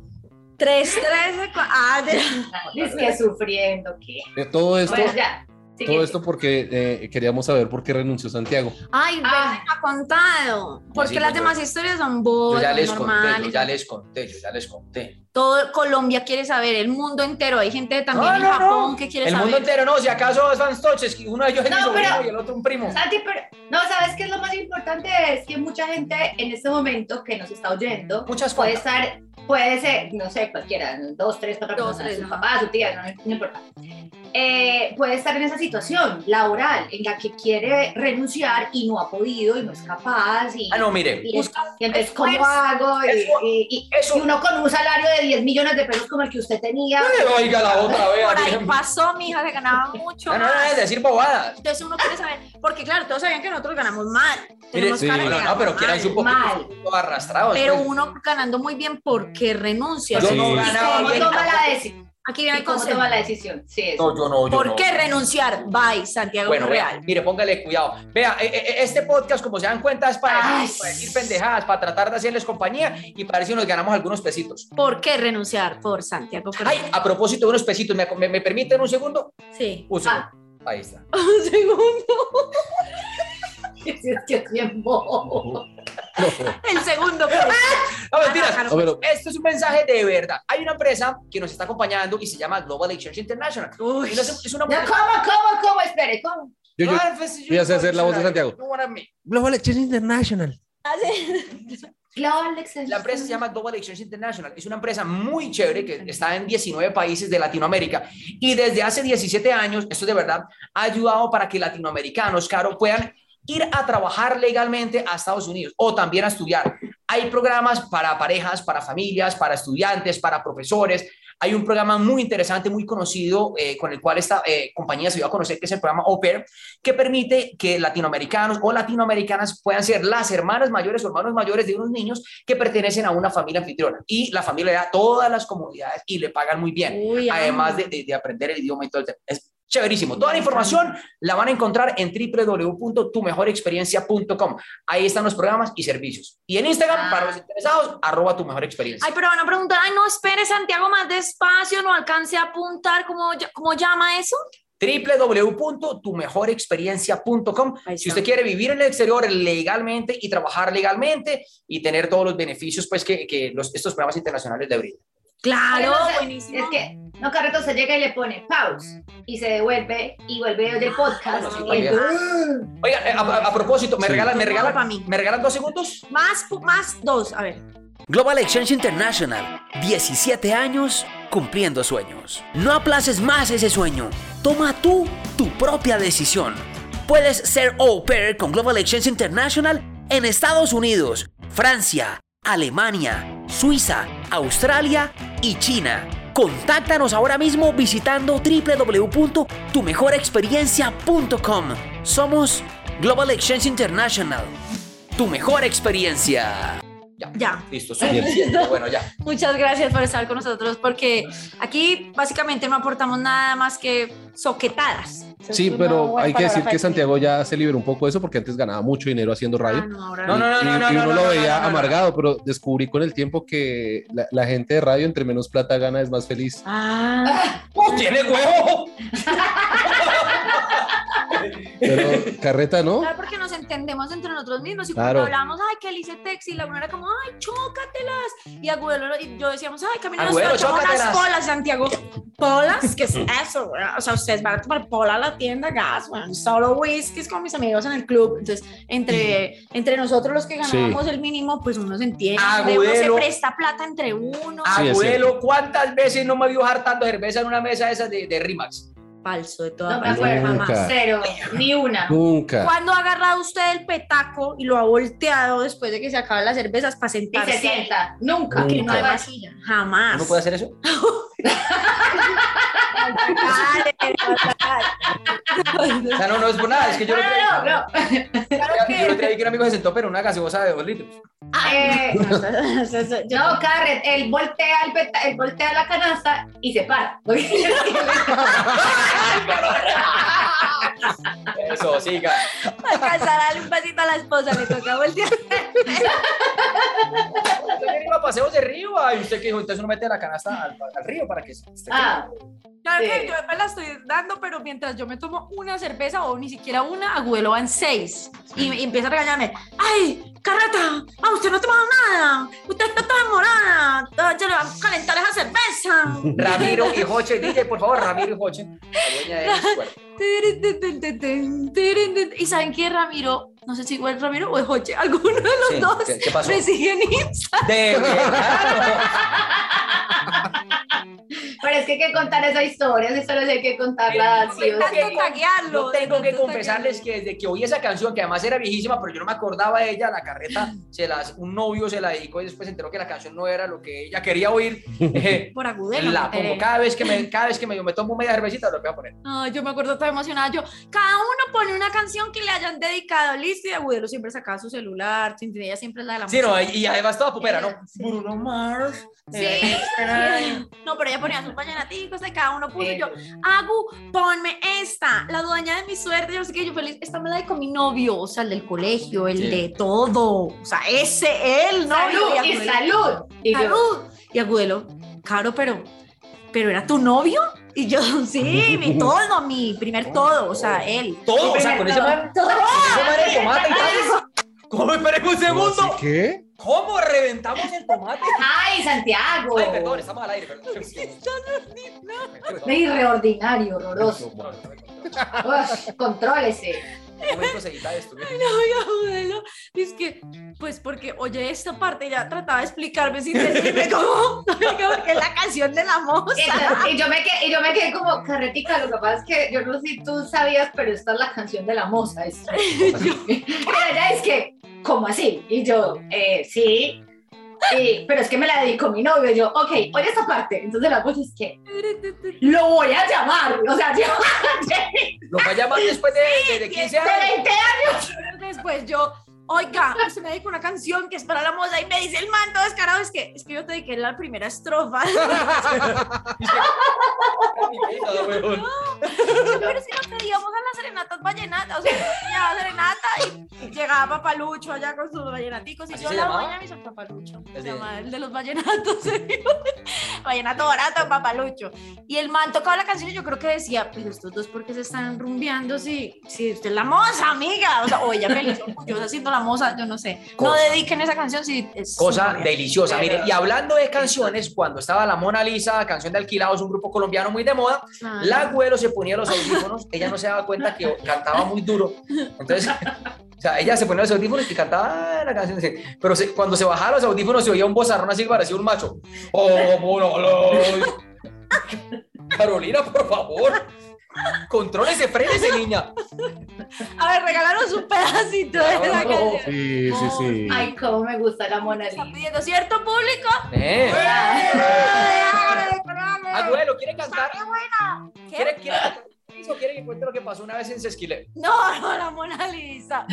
[SPEAKER 6] 3, 13, ah, de-
[SPEAKER 5] Dice que sufriendo, ¿qué?
[SPEAKER 7] eh, todo esto,
[SPEAKER 5] Bueno, ya.
[SPEAKER 7] todo
[SPEAKER 5] Siguiente.
[SPEAKER 7] esto porque eh, queríamos saber por qué renunció Santiago.
[SPEAKER 6] Ay,
[SPEAKER 5] Ah.
[SPEAKER 6] me ha contado. Porque
[SPEAKER 1] Así,
[SPEAKER 6] las
[SPEAKER 1] pues,
[SPEAKER 6] demás historias son
[SPEAKER 1] Yo
[SPEAKER 6] boas,
[SPEAKER 1] ya les conté, yo
[SPEAKER 6] normales.
[SPEAKER 1] ya les conté, yo ya les conté.
[SPEAKER 6] Todo Colombia quiere saber, el mundo entero. Hay gente también
[SPEAKER 1] No,
[SPEAKER 6] en
[SPEAKER 1] no,
[SPEAKER 6] Japón
[SPEAKER 1] no.
[SPEAKER 6] que quiere
[SPEAKER 1] El
[SPEAKER 6] saber.
[SPEAKER 1] mundo entero, no. Si acaso son Stoches, que uno de ellos es
[SPEAKER 5] No,
[SPEAKER 1] mi sobrino
[SPEAKER 5] pero-
[SPEAKER 1] y el otro un primo.
[SPEAKER 5] Santi, pero no, ¿sabes qué es lo más importante? Es que mucha gente en este momento que nos está oyendo
[SPEAKER 1] Muchas
[SPEAKER 5] puede
[SPEAKER 1] cosas.
[SPEAKER 5] estar, puede ser, no sé, cualquiera, dos, tres, cuatro
[SPEAKER 6] Dos,
[SPEAKER 5] personas,
[SPEAKER 6] tres,
[SPEAKER 5] su
[SPEAKER 6] ajá.
[SPEAKER 5] papá, su tía, no, no importa. Eh, puede estar en esa situación laboral en la que quiere renunciar y no ha podido y no es capaz
[SPEAKER 6] Pues
[SPEAKER 5] y,
[SPEAKER 1] Ah, no, mire.
[SPEAKER 5] y- y entonces
[SPEAKER 1] esfuerzo,
[SPEAKER 5] ¿cómo hago? Y-
[SPEAKER 1] eso,
[SPEAKER 5] y, y-
[SPEAKER 1] eso.
[SPEAKER 5] y uno con un salario de 10 millones de pesos como el que usted tenía.
[SPEAKER 1] Pero oiga la otra vez.
[SPEAKER 6] Por ahí
[SPEAKER 1] Ariel.
[SPEAKER 6] pasó, mi hija, se ganaba mucho.
[SPEAKER 1] No, no, no,
[SPEAKER 6] más.
[SPEAKER 1] es decir bobadas.
[SPEAKER 6] Entonces uno quiere saber, porque claro, todos sabían que nosotros ganamos mal.
[SPEAKER 1] Mire,
[SPEAKER 6] Tenemos cara de
[SPEAKER 1] no,
[SPEAKER 6] ganar
[SPEAKER 1] no, pero
[SPEAKER 6] mal,
[SPEAKER 1] quieran su
[SPEAKER 5] mal.
[SPEAKER 1] poquito arrastrados.
[SPEAKER 6] Pero
[SPEAKER 1] pues.
[SPEAKER 6] uno ganando muy bien
[SPEAKER 5] Mm.
[SPEAKER 6] porque renuncia.
[SPEAKER 1] Yo
[SPEAKER 7] Sí.
[SPEAKER 1] no
[SPEAKER 5] ¿Y
[SPEAKER 1] ganaba
[SPEAKER 5] ¿Cómo
[SPEAKER 1] bien.
[SPEAKER 5] toma la decisión?
[SPEAKER 6] Aquí viene el
[SPEAKER 5] ¿Cómo
[SPEAKER 6] consejo.
[SPEAKER 5] toma la decisión? Sí, eso.
[SPEAKER 1] No, yo no, yo
[SPEAKER 6] ¿Por
[SPEAKER 1] no.
[SPEAKER 6] qué renunciar? Bye, Santiago
[SPEAKER 1] Bueno, vea,
[SPEAKER 6] Real.
[SPEAKER 1] mire, póngale cuidado. Vea, eh, eh, este podcast, como se dan cuenta, es para,
[SPEAKER 5] Ay.
[SPEAKER 1] para decir pendejadas, para tratar de hacerles compañía y para ver si nos ganamos algunos pesitos.
[SPEAKER 6] ¿Por qué renunciar por Santiago
[SPEAKER 1] Ay,
[SPEAKER 6] Real?
[SPEAKER 1] a propósito de unos pesitos, ¿me, me- me permiten un segundo?
[SPEAKER 6] Sí.
[SPEAKER 1] Un segundo. Ahí está.
[SPEAKER 6] Un segundo.
[SPEAKER 5] Es que es bien bobo.
[SPEAKER 6] El segundo. pues.
[SPEAKER 1] No, mentiras.
[SPEAKER 6] Ah, no,
[SPEAKER 7] No, pero
[SPEAKER 1] Esto es un mensaje de verdad. Hay una empresa que nos está acompañando y se llama Global Exchange International.
[SPEAKER 6] Uy.
[SPEAKER 1] Y no sé, es una
[SPEAKER 5] No, ¿Cómo, cómo, cómo? Espere, ¿cómo?
[SPEAKER 7] yo, yo,
[SPEAKER 1] Ah, pues,
[SPEAKER 7] yo ya sé hacer la voz de Santiago.
[SPEAKER 1] No, ahora me-
[SPEAKER 3] Global Exchange International.
[SPEAKER 5] Global Exchange.
[SPEAKER 1] La empresa se llama Global Exchange International. Es una empresa muy chévere que está en 19 países de Latinoamérica y desde hace 17 años, esto de verdad, ha ayudado para que latinoamericanos, claro, puedan ir a trabajar legalmente a Estados Unidos o también a estudiar. Hay programas para parejas, para familias, para estudiantes, para profesores. Hay un programa muy interesante, muy conocido, eh, con el cual esta eh, compañía se dio a conocer, que es el programa Au Pair, que permite que latinoamericanos o latinoamericanas puedan ser las hermanas mayores o hermanos mayores de unos niños que pertenecen a una familia anfitriona. Y la familia le da todas las comodidades y le pagan muy bien
[SPEAKER 6] Uy, ah.
[SPEAKER 1] además de, de- de aprender el idioma y todo el tema. Es chéverísimo. Toda la información la van a encontrar en www.tumejorexperiencia.com. Ahí están los programas y servicios. Y en Instagram,
[SPEAKER 5] Ah.
[SPEAKER 1] para los interesados, arroba tu mejor experiencia.
[SPEAKER 6] Ay, pero van a preguntar, ay, no, espere, Santiago, más despacio, no alcancé a apuntar, ¿cómo, ll- cómo llama eso?
[SPEAKER 1] www.tumejorexperiencia.com.
[SPEAKER 6] Ahí
[SPEAKER 1] Si
[SPEAKER 6] está.
[SPEAKER 1] usted quiere vivir en el exterior legalmente y trabajar legalmente y tener todos los beneficios pues, que, que los, estos programas internacionales le brindan.
[SPEAKER 6] Claro,
[SPEAKER 5] Pero, o sea,
[SPEAKER 6] buenísimo.
[SPEAKER 5] Es que, no, Carreto, se llega y le pone pause y se devuelve y vuelve y oye el podcast.
[SPEAKER 1] Ah, sí,
[SPEAKER 5] y
[SPEAKER 1] también.
[SPEAKER 5] entonces,
[SPEAKER 1] Oiga, eh, a, a- a propósito, ¿me
[SPEAKER 7] Sí.
[SPEAKER 1] regalan, me
[SPEAKER 6] Regalo para
[SPEAKER 1] regalan,
[SPEAKER 6] mí.
[SPEAKER 1] me regalan dos segundos?
[SPEAKER 6] Más, pu- más dos, a ver.
[SPEAKER 8] Global Exchange International, 17 años cumpliendo sueños. No aplaces más ese sueño. Toma tú tu propia decisión. Puedes ser au pair con Global Exchange International en Estados Unidos, Francia, Alemania, Suiza, Australia y China. Contáctanos ahora mismo visitando www.tumejorexperiencia.com. Somos Global Exchange International. Tu mejor experiencia.
[SPEAKER 6] Ya.
[SPEAKER 1] Listo, suficiente. Bueno, ya.
[SPEAKER 6] Muchas gracias por estar con nosotros porque aquí básicamente no aportamos nada más que soquetadas.
[SPEAKER 7] Sí, pero hay que decir que Santiago ya se liberó un poco de eso porque antes ganaba mucho dinero haciendo radio.
[SPEAKER 6] Ah, no, ahora
[SPEAKER 1] No, no, no,
[SPEAKER 7] Y-
[SPEAKER 1] no, no,
[SPEAKER 7] y uno
[SPEAKER 1] no,
[SPEAKER 7] lo
[SPEAKER 1] no, no,
[SPEAKER 7] veía
[SPEAKER 1] no, no.
[SPEAKER 7] amargado, pero descubrí con el tiempo que la, la gente de radio, entre menos plata gana, es más feliz.
[SPEAKER 6] Ah,
[SPEAKER 1] ¡Oh, tiene huevo!
[SPEAKER 7] Pero carreta, ¿no?
[SPEAKER 6] claro, porque nos entendemos entre nosotros mismos y
[SPEAKER 7] Oh. Claro.
[SPEAKER 6] cuando hablamos, ay, que le hice texi, la una era como, ay, chócatelas. Y Agüero y yo decíamos, ay, Camilo, nos
[SPEAKER 1] Agüero,
[SPEAKER 6] trachamos unas
[SPEAKER 1] chócatelas.
[SPEAKER 6] polas, Santiago. ¿Polas? ¿Qué es eso? güey? O sea, ustedes van a tomar pola a la tienda, gas, güey, solo whiskies con mis amigos en el club. Entonces, entre, entre nosotros los que
[SPEAKER 7] Sí.
[SPEAKER 6] ganamos el mínimo, pues uno se entiende, uno se
[SPEAKER 1] Agüero.
[SPEAKER 6] presta plata entre uno.
[SPEAKER 7] Sí, es
[SPEAKER 1] Ah, Abuelo, ¿cuántas veces no me vio hartando cerveza en una mesa esa de, de Rimax?
[SPEAKER 6] Falso de toda
[SPEAKER 5] no me
[SPEAKER 6] manera,
[SPEAKER 5] acuerdo,
[SPEAKER 7] Nunca.
[SPEAKER 6] mamá.
[SPEAKER 5] cero, ni una.
[SPEAKER 7] Nunca.
[SPEAKER 6] ¿Cuándo ha agarrado usted el petaco y lo ha volteado después de que se acaban las cervezas para
[SPEAKER 5] Y
[SPEAKER 6] sentarse?
[SPEAKER 5] se sienta, nunca.
[SPEAKER 6] Que no hay
[SPEAKER 5] Nunca.
[SPEAKER 6] vacía. Jamás.
[SPEAKER 1] ¿No puede hacer eso? O sea, no, no es por nada, es que yo lo
[SPEAKER 5] No, no, no, no.
[SPEAKER 1] Yo lo traí que un amigo se sentó, pero en una gaseosa de dos litros.
[SPEAKER 5] Eh,
[SPEAKER 6] Yo-
[SPEAKER 5] no, Carret, él voltea, el peta- él voltea la canasta y se para.
[SPEAKER 1] Eso, siga.
[SPEAKER 6] Para alcanzar a darle un pasito a la esposa, le toca voltear.
[SPEAKER 1] Yo le digo a paseos de río, ay, usted que dijo, entonces uno mete la canasta al, al río para que se esté
[SPEAKER 5] Ah,
[SPEAKER 6] Claro
[SPEAKER 5] Sí.
[SPEAKER 6] que yo me la estoy dando, pero mientras yo me tomo una cerveza o ni siquiera una, Agüelo van seis. Y, y empieza a regañarme. ¡Ay, Carreta! ¡Ah, usted no ha tomado nada! ¡Usted está toda morada! ah, ¡Ya le va a calentar esa cerveza!
[SPEAKER 1] Ramiro y Joche, DJ, por favor, Ramiro y Joche. La dueña de los cuerpos.
[SPEAKER 6] Y saben qué, Ramiro, no sé si fue Ramiro o es Joche, alguno de los
[SPEAKER 1] Sí,
[SPEAKER 6] dos
[SPEAKER 1] ¿qué- qué pasó?
[SPEAKER 6] me sigue en Instagram.
[SPEAKER 1] De verdad.
[SPEAKER 5] pero es que hay que contar esa historia, esa historia sí hay que contarla.
[SPEAKER 1] Pero
[SPEAKER 5] sí o
[SPEAKER 1] no
[SPEAKER 5] sí.
[SPEAKER 1] me
[SPEAKER 6] Tanto taguearlo,
[SPEAKER 1] Yo tengo que
[SPEAKER 6] tanto
[SPEAKER 1] confesarles
[SPEAKER 6] taguearlo.
[SPEAKER 1] que desde que oí esa canción, que además era viejísima, pero yo no me acordaba de ella, la carreta, se las, un novio se la dedicó y después se enteró que la canción no era lo que ella quería oír. Eh,
[SPEAKER 6] Por agudelo.
[SPEAKER 1] la
[SPEAKER 6] me enteré.
[SPEAKER 1] pongo cada vez que me, cada vez que me, me tomo media cervecita, lo voy a poner.
[SPEAKER 6] Ay, yo me acuerdo toda emocionada. Yo, cada uno pone una canción que le hayan dedicado. Listo, y Agudelo siempre sacaba su celular. sin- Ella siempre es la de la
[SPEAKER 1] Sí, no, y y además toda pupera, ¿no?
[SPEAKER 6] Sí.
[SPEAKER 1] Bruno Mars.
[SPEAKER 6] Sí. No, pero ella ponía sus vallenaticos de cada uno puso y yo, Agu, ponme esta, la dueña de mi suerte, yo no sé qué, yo feliz, esta me la di con mi novio, o sea, el del colegio, el
[SPEAKER 1] Sí.
[SPEAKER 6] de todo, o sea, ese, él, ¿no?
[SPEAKER 5] Salud y
[SPEAKER 6] Agudelo,
[SPEAKER 5] salud. Y yo,
[SPEAKER 6] salud. Y Agudelo, caro, pero, pero era tu novio, y yo, sí, mi todo, mi primer todo, o sea, él.
[SPEAKER 1] Todo, o sea, con ese man,
[SPEAKER 5] todo, todo.
[SPEAKER 1] con ese man de tomate y tal. ¿Cómo? Esperen un segundo.
[SPEAKER 7] ¿Qué?
[SPEAKER 1] ¿Cómo reventamos el tomate?
[SPEAKER 5] Ay, Santiago.
[SPEAKER 1] Ay, perdón, estamos al aire, perdón.
[SPEAKER 5] Ay, reordinario, horroroso.
[SPEAKER 1] ¿Cómo
[SPEAKER 5] Uf, contrólese.
[SPEAKER 1] se edita esto? ¿eh?
[SPEAKER 6] Oiga, Agudelo, es que, pues porque, oye, esta parte ya trataba de explicarme sin decirme cómo, oiga, porque es la canción de la moza.
[SPEAKER 5] Entonces, Eh, y, yo me quedé, y yo me quedé como carretica. Lo que pasa es que yo no sé si tú sabías, pero esta es la canción de la moza. Es, Pero ella es que, ¿cómo así? Y yo, eh, sí. Y- pero es que me la dedicó mi novio. Y yo, ok, oye esta parte. Entonces la voz es que lo voy a llamar. O sea, yo
[SPEAKER 1] Lo va a llamar después de, de, de 15 años.
[SPEAKER 5] 20 años.
[SPEAKER 6] Después yo, oiga, se me dedica una canción que es para la moza y me dice el man todo descarado, es que, es que yo te dediqué la primera estrofa. Pero es que nos pedíamos a las serenatas vallenatas, o sea, yo tenía serenata y llegaba Papalucho allá con sus vallenaticos y
[SPEAKER 1] ¿Así
[SPEAKER 6] yo
[SPEAKER 1] se
[SPEAKER 6] la
[SPEAKER 1] llamaba?
[SPEAKER 6] mañana y soy Papalucho. Se
[SPEAKER 1] Así.
[SPEAKER 6] llamaba el de los vallenatos. Vallenato barato, Papalucho. Y el man tocaba la canción y yo creo que decía, pero estos dos porque se están rumbeando si, si usted es la moza, amiga. O sea, o ella feliz, orgullosa siendo la moza, yo no sé. No
[SPEAKER 1] Cosa.
[SPEAKER 6] dediquen esa canción si es
[SPEAKER 1] Cosa
[SPEAKER 6] súper-
[SPEAKER 1] deliciosa. Mire, y hablando de canciones, cuando estaba la Mona Lisa, canción de Alquilados, un grupo colombiano muy de moda,
[SPEAKER 6] Ay.
[SPEAKER 1] la güero se ponía los audífonos, ella no se daba cuenta que cantaba muy duro. Entonces, o sea, ella se ponía los audífonos y cantaba la canción. sí. Pero se- cuando se bajaba los audífonos se oía un bozarrón así que parecía un macho. ¡Oh, bueno, lo- Carolina, por favor. Contrólese, frénese, eh, niña.
[SPEAKER 6] A ver, regálanos un pedacito de
[SPEAKER 1] No,
[SPEAKER 6] esa canción.
[SPEAKER 7] Sí, sí, sí.
[SPEAKER 5] Ay, cómo me gusta la Mona
[SPEAKER 6] Está
[SPEAKER 5] Lisa.
[SPEAKER 6] pidiendo cierto público.
[SPEAKER 1] Eh.
[SPEAKER 6] ¡Qué
[SPEAKER 1] Abuelo, ¿quiere cantar?
[SPEAKER 6] buena!
[SPEAKER 1] ¿Quiere, quiere
[SPEAKER 6] Ah.
[SPEAKER 1] cantar? ¿O quiere que cuente lo que pasó una vez en Sesquile?
[SPEAKER 6] No, no, la Mona Lisa.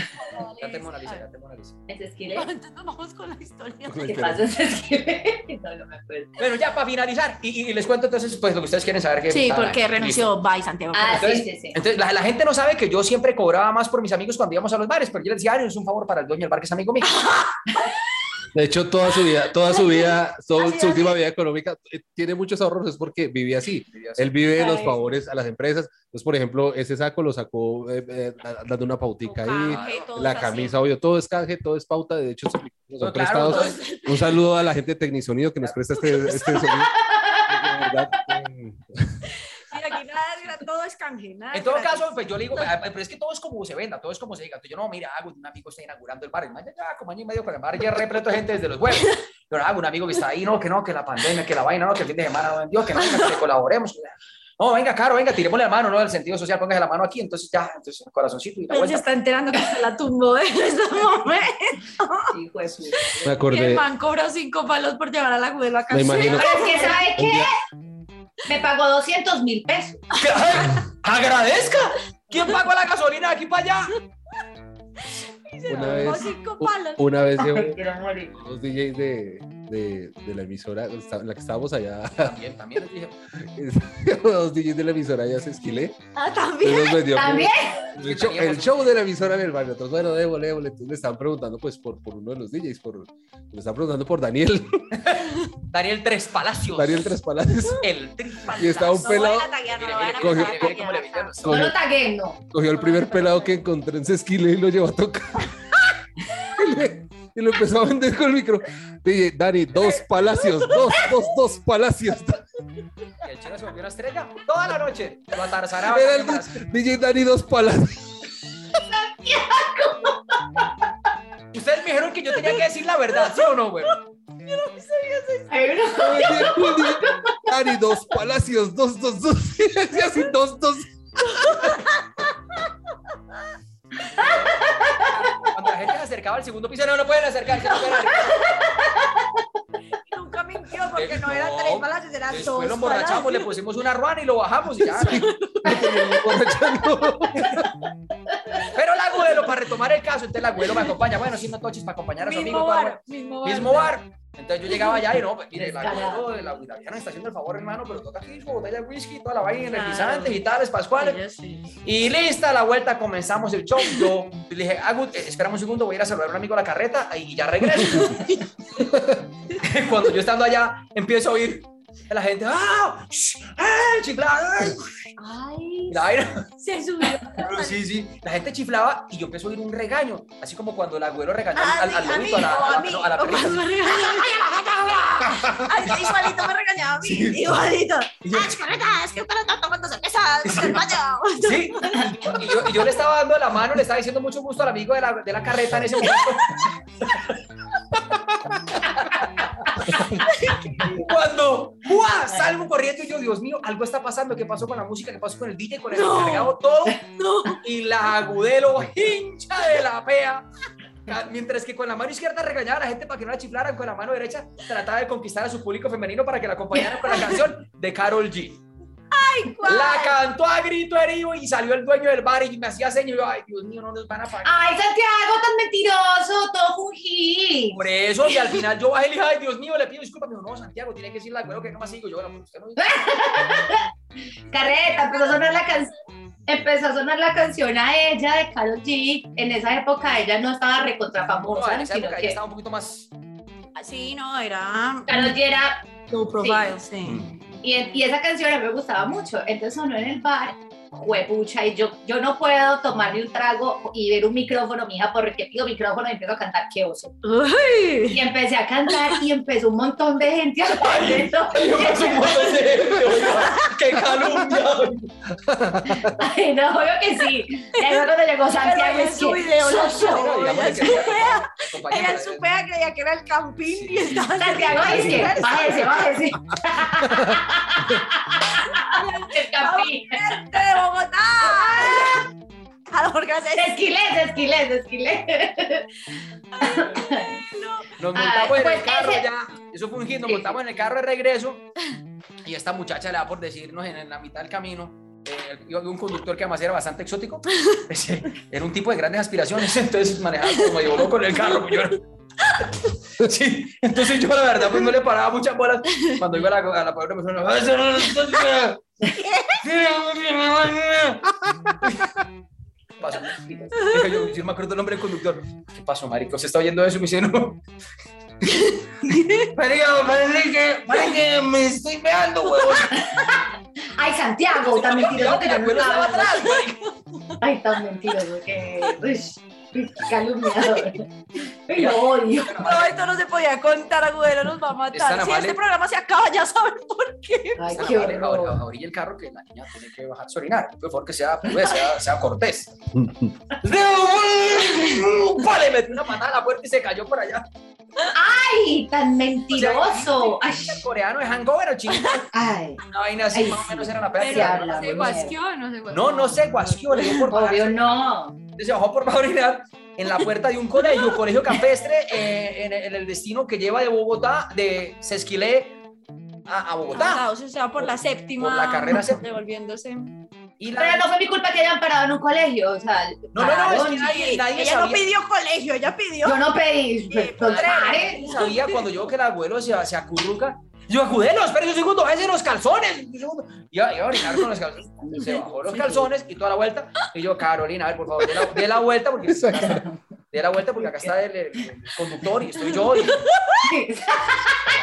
[SPEAKER 1] Ya te Mona Lisa,
[SPEAKER 6] A ver,
[SPEAKER 1] ya te Mona Lisa.
[SPEAKER 5] ¿Es esquile?
[SPEAKER 6] Entonces nos vamos con la historia.
[SPEAKER 5] ¿Qué pasa? ¿Es esquile? No, no me acuerdo.
[SPEAKER 1] Bueno, ya para finalizar, y, y- y les cuento entonces pues lo que ustedes quieren saber. Que,
[SPEAKER 6] Sí,
[SPEAKER 1] Ah,
[SPEAKER 6] porque
[SPEAKER 1] listo.
[SPEAKER 6] renunció. Bye, Santiago.
[SPEAKER 5] Ah, sí,
[SPEAKER 1] Entonces-
[SPEAKER 5] sí, sí.
[SPEAKER 1] Entonces, la, la gente no sabe que yo siempre cobraba más por mis amigos cuando íbamos a los bares, pero yo les decía, "Ay, es un favor para el dueño del bar que es amigo mío.
[SPEAKER 6] Ah.
[SPEAKER 7] De hecho, toda su vida, toda su vida, toda
[SPEAKER 6] Así
[SPEAKER 7] su
[SPEAKER 6] es.
[SPEAKER 7] última vida económica, eh, tiene muchos ahorros, es porque vive así. Él vive de los
[SPEAKER 5] Ay.
[SPEAKER 7] favores a las empresas. Entonces, por ejemplo, ese saco lo sacó eh, eh, dando una pautica ahí. La camisa, obvio, todo es canje, todo es pauta. De hecho, son
[SPEAKER 1] No, claro,
[SPEAKER 7] prestados.
[SPEAKER 1] todo
[SPEAKER 7] Un saludo a la gente de Tecnisonido que nos presta este, este sonido. De verdad, eh,
[SPEAKER 6] Mira, aquí nada es gra- todo es canje. nada
[SPEAKER 1] En
[SPEAKER 6] es
[SPEAKER 1] todo
[SPEAKER 6] gratis.
[SPEAKER 1] caso, pues yo le digo, "Ah, pero es que todo es como se venda, todo es como se diga. Entonces, yo no, mira, hago un amigo está inaugurando el bar, y man, ya, ya, como año y medio con el bar, ya repleto de gente desde los huevos. Pero hago un amigo que está ahí, no, que no, que la pandemia, que la vaina, no, que el fin de semana no vendió, que no, venga, que le colaboremos. No, venga, caro, venga, tirémosle la mano, ¿no? El sentido social, póngase la mano aquí, entonces ya, entonces corazoncito y la
[SPEAKER 6] Él se
[SPEAKER 1] vuelta.
[SPEAKER 6] está enterando que se la tumbó en este momento.
[SPEAKER 5] Hijo de puta.
[SPEAKER 6] Que
[SPEAKER 7] me
[SPEAKER 6] el
[SPEAKER 7] acordé.
[SPEAKER 6] man cobró cinco palos por llevar a la abuela a casa.
[SPEAKER 7] Me imagino.
[SPEAKER 5] Pero es que, ¿sabe
[SPEAKER 7] Un
[SPEAKER 5] qué?
[SPEAKER 7] día-
[SPEAKER 5] Me pagó 200 mil pesos.
[SPEAKER 1] ¡Agradezca! ¿Quién pagó la gasolina de aquí para allá?
[SPEAKER 7] Una
[SPEAKER 6] Tumbó
[SPEAKER 7] vez-
[SPEAKER 6] cinco palos.
[SPEAKER 7] Una vez llegó
[SPEAKER 5] Me quiero morir.
[SPEAKER 7] dos DJs de, de, de la emisora, esta- en la que estábamos allá,
[SPEAKER 1] También, también les dije.
[SPEAKER 7] dos DJs de la emisora allá se esquilé.
[SPEAKER 6] Ah,
[SPEAKER 7] Entonces
[SPEAKER 6] también.
[SPEAKER 7] nos vendió como-
[SPEAKER 5] ¿También?
[SPEAKER 7] El show, el show de la emisora en el barrio. Entonces, bueno, débole, débole. Entonces le están preguntando, pues, por, por uno de los DJs, por, le están preguntando por Daniel,
[SPEAKER 1] Daniel Tres Palacios.
[SPEAKER 7] Daniel Tres Palacios.
[SPEAKER 1] El Tres Palacios.
[SPEAKER 7] Y está un
[SPEAKER 6] No van
[SPEAKER 7] pelado,
[SPEAKER 6] a taguear, no
[SPEAKER 1] Mire,
[SPEAKER 6] van
[SPEAKER 1] mire,
[SPEAKER 6] a
[SPEAKER 1] coge-
[SPEAKER 6] taguear,
[SPEAKER 1] coge
[SPEAKER 6] no
[SPEAKER 1] cómo le
[SPEAKER 6] van a
[SPEAKER 1] vendieron.
[SPEAKER 6] taguear.
[SPEAKER 5] No
[SPEAKER 7] cogió,
[SPEAKER 5] lo tagué, no.
[SPEAKER 7] cogió el primer pelado que encontró en Sesquile y lo llevó a tocar. y, le- y lo empezó a vender con el micro. DJ, Dani, dos palacios, dos, dos, dos palacios.
[SPEAKER 1] Y el chino se volvió una estrella toda la noche. Lo atarzanaba.
[SPEAKER 7] Era el DJ Dani, dos palacios.
[SPEAKER 1] Ustedes me dijeron que yo tenía que decir la verdad, ¿sí o no, güey?
[SPEAKER 5] Hay uno.
[SPEAKER 7] Dani, dos palacios, dos, dos, dos. Y decía así, dos, dos.
[SPEAKER 1] Cuando la gente se acercaba al segundo piso, no, no pueden acercarse. No pueden acercarse.
[SPEAKER 6] Nunca mintió porque no
[SPEAKER 1] No.
[SPEAKER 6] era tres palacios, era
[SPEAKER 1] Después lo
[SPEAKER 6] dos
[SPEAKER 1] emborrachamos,
[SPEAKER 6] palacios.
[SPEAKER 1] le pusimos una ruana y lo bajamos y ya.
[SPEAKER 7] Sí. Borracho, no.
[SPEAKER 1] Pero el agüero, para retomar el caso, entonces el agüero me acompaña. Bueno, sí, no toches para acompañar a su amigo.
[SPEAKER 6] Mismo
[SPEAKER 1] para-
[SPEAKER 6] bar, mismo bar.
[SPEAKER 1] Mismo bar. Entonces yo llegaba allá y no, pues mire, la
[SPEAKER 5] Descarado.
[SPEAKER 1] de la Guidaviana está haciendo el favor, hermano, pero toca aquí su botella de whisky, toda la vaina,
[SPEAKER 6] Claro.
[SPEAKER 1] energizantes y tales, pascuales.
[SPEAKER 6] Sí, yo sí.
[SPEAKER 1] Y lista la vuelta, comenzamos el show. Yo le dije, Agut, eh, espérame un segundo, voy a ir a saludar a un amigo a la carreta y ya regreso. Cuando yo estando allá, empiezo a oír a la gente, ¡ah! ¡Shh! ¡Ah! Chiflada. ¡ay!
[SPEAKER 6] Ay,
[SPEAKER 1] Y la vaina.
[SPEAKER 6] se subió.
[SPEAKER 1] Sí, sí. La gente chiflaba y yo empiezo a oír un regaño, así como cuando el abuelo regañó
[SPEAKER 6] Ah,
[SPEAKER 1] al,
[SPEAKER 6] sí,
[SPEAKER 1] al
[SPEAKER 6] a mí,
[SPEAKER 1] lobito, a la,
[SPEAKER 6] o
[SPEAKER 1] a
[SPEAKER 6] a
[SPEAKER 1] la-
[SPEAKER 6] mí,
[SPEAKER 1] no, a la
[SPEAKER 6] o
[SPEAKER 1] perrita.
[SPEAKER 6] cuando me regañaba, ¡ay, a la gata, güey! Ay, igualito me regañaba a mí, igualito. ¡Ah, chicarreta, es que usted no está tomando cerveza, es el baño!
[SPEAKER 1] Sí, y yo, y yo- y yo le estaba dando la mano, le estaba diciendo mucho gusto al amigo de la, de la carreta en ese momento. Cuando ¡guau! salgo corriendo y yo, Dios mío, algo está pasando. ¿Qué pasó con la música? ¿Qué pasó con el DJ? Con el
[SPEAKER 6] No.
[SPEAKER 1] encargado, todo.
[SPEAKER 6] No.
[SPEAKER 1] Y la agudelo, hincha de la pea. Ca- Mientras que con la mano izquierda regañaba a la gente para que no la chiflaran, con la mano derecha trataba de conquistar a su público femenino para que la acompañaran con la canción de Carol G. La cantó a grito herido y salió el dueño del bar y me hacía señas. y yo, Ay, Dios mío, no nos van a pagar.
[SPEAKER 5] Ay, Santiago, tan mentiroso, todo fungí.
[SPEAKER 1] Por eso, y al final yo bajé y le dije, ay, Dios mío, le pido disculpas. Me dijo, no, Santiago, tiene que decirle al güero que no más sigo. Yo, bueno, pues usted no dice.
[SPEAKER 5] Carreta, empezó a sonar la canción. empezó a sonar la canción a ella de Karol G. En esa época ella no estaba recontra
[SPEAKER 1] No,
[SPEAKER 5] famosa,
[SPEAKER 1] en esa
[SPEAKER 5] sino
[SPEAKER 1] época ya
[SPEAKER 5] que
[SPEAKER 1] estaba un poquito más.
[SPEAKER 6] Sí, no, era
[SPEAKER 5] Karol G era
[SPEAKER 6] low profile, sí.
[SPEAKER 1] Mm.
[SPEAKER 5] Y, y esa canción a mí me gustaba mucho. Entonces sonó en el bar, huepucha, y yo, yo no puedo tomarme un trago y ver un micrófono, mija, porque pido micrófono y empiezo a cantar, qué oso.
[SPEAKER 6] Uy.
[SPEAKER 5] Y empecé a cantar y empezó un montón de gente a hacer eso.
[SPEAKER 1] ¡Qué calumnia!
[SPEAKER 5] Ay, no, obvio que sí. Y ahí fue cuando llegó Santiago.
[SPEAKER 6] en
[SPEAKER 5] es
[SPEAKER 6] su
[SPEAKER 5] que,
[SPEAKER 6] video, la
[SPEAKER 5] "Soso".
[SPEAKER 6] cara,
[SPEAKER 1] Digamos
[SPEAKER 6] ella
[SPEAKER 1] que-
[SPEAKER 6] es fea.
[SPEAKER 1] Compañero,
[SPEAKER 6] Ella en su pega creía que era el campín y estaba
[SPEAKER 5] Santiago es que, bájese, bájese. El campín.
[SPEAKER 6] ¡Gente de Bogotá! A lo mejor que hace-
[SPEAKER 5] Esquilés, esquilés, esquilés.
[SPEAKER 1] Nos
[SPEAKER 5] Ah,
[SPEAKER 1] montamos en
[SPEAKER 5] pues
[SPEAKER 1] el carro
[SPEAKER 5] ese-
[SPEAKER 1] ya. Eso fue un hit, nos
[SPEAKER 5] Sí.
[SPEAKER 1] montamos en el carro de regreso. Y esta muchacha le da por decirnos en, en la mitad del camino. eh, yo había un conductor que además era bastante exótico. ese, Era un tipo de grandes aspiraciones. Entonces manejaba como yo loco en el carro. pues, yo era- Sí, entonces yo la verdad pues no le paraba muchas bolas cuando iba a la, pues, a la pobre persona. Pasó. Dije Yo, yo no me acuerdo el nombre del conductor. ¿Qué pasó, marico? ¿Se está oyendo eso? Me dice, no. Marico, parece que, parece que me estoy meando, huevón.
[SPEAKER 5] Ay, Santiago, tan mentiroso que yo
[SPEAKER 1] la
[SPEAKER 5] no
[SPEAKER 1] cuela estaba
[SPEAKER 5] estaba
[SPEAKER 1] atrás,
[SPEAKER 5] Ay, tan mentiroso que. Uy, uy, calumniador. Uy, lo odio.
[SPEAKER 6] No, esto no se podía contar, agüero, nos va a matar.
[SPEAKER 1] Están
[SPEAKER 6] Si
[SPEAKER 1] amables.
[SPEAKER 6] este programa se acaba, ya saben por qué.
[SPEAKER 5] Ay,
[SPEAKER 1] Marico.
[SPEAKER 5] qué
[SPEAKER 1] Ahora, ahora,
[SPEAKER 5] horror.
[SPEAKER 1] ahora, orilla el carro que la niña tiene que bajar a orinar. Por favor, que sea, pues, sea, sea cortés. Vale, metí una patada a la puerta y se cayó por allá.
[SPEAKER 5] Ay, tan mentiroso. Ay,
[SPEAKER 1] El coreano es hangover o chingada.
[SPEAKER 5] ay,
[SPEAKER 1] Una vaina así,
[SPEAKER 5] Ay,
[SPEAKER 1] más o
[SPEAKER 5] sí.
[SPEAKER 1] menos era la
[SPEAKER 5] Se
[SPEAKER 1] peda.
[SPEAKER 5] habla,
[SPEAKER 1] que-
[SPEAKER 5] güey. guasqueó,
[SPEAKER 6] no se
[SPEAKER 1] No, no se guasqueó, le dio por bajar.
[SPEAKER 5] obvio no.
[SPEAKER 1] se bajó por bajar a orinar en la puerta de un colegio, colegio campestre, eh, en, en el destino que lleva de Bogotá, de Sesquilé a, a Bogotá.
[SPEAKER 6] Ah,
[SPEAKER 5] Ah,
[SPEAKER 6] O sea, por la séptima.
[SPEAKER 1] Por la carrera séptima.
[SPEAKER 6] Devolviéndose.
[SPEAKER 1] Y la-
[SPEAKER 5] Pero no fue mi culpa que hayan parado en un colegio. O sea,
[SPEAKER 1] no, no, es
[SPEAKER 5] pararon.
[SPEAKER 1] que nadie, nadie
[SPEAKER 6] ella no
[SPEAKER 1] sabía,
[SPEAKER 6] pidió colegio, ella pidió.
[SPEAKER 5] Yo no pedí.
[SPEAKER 6] Sí,
[SPEAKER 5] Pues,
[SPEAKER 6] madre.
[SPEAKER 5] pare.
[SPEAKER 1] nadie sabía cuando yo que el abuelo se, se acurruca. Yo, acudelo, espera un segundo, váyase los calzones. un segundo. Iba, iba a orinar con los calzones. Se bajó los calzones y toda la vuelta. Y yo, Carolina, a ver, por favor, dé la, dé la vuelta porque
[SPEAKER 7] Esa cara.
[SPEAKER 1] dé la vuelta porque acá está el, el conductor y estoy yo. y-
[SPEAKER 5] Fue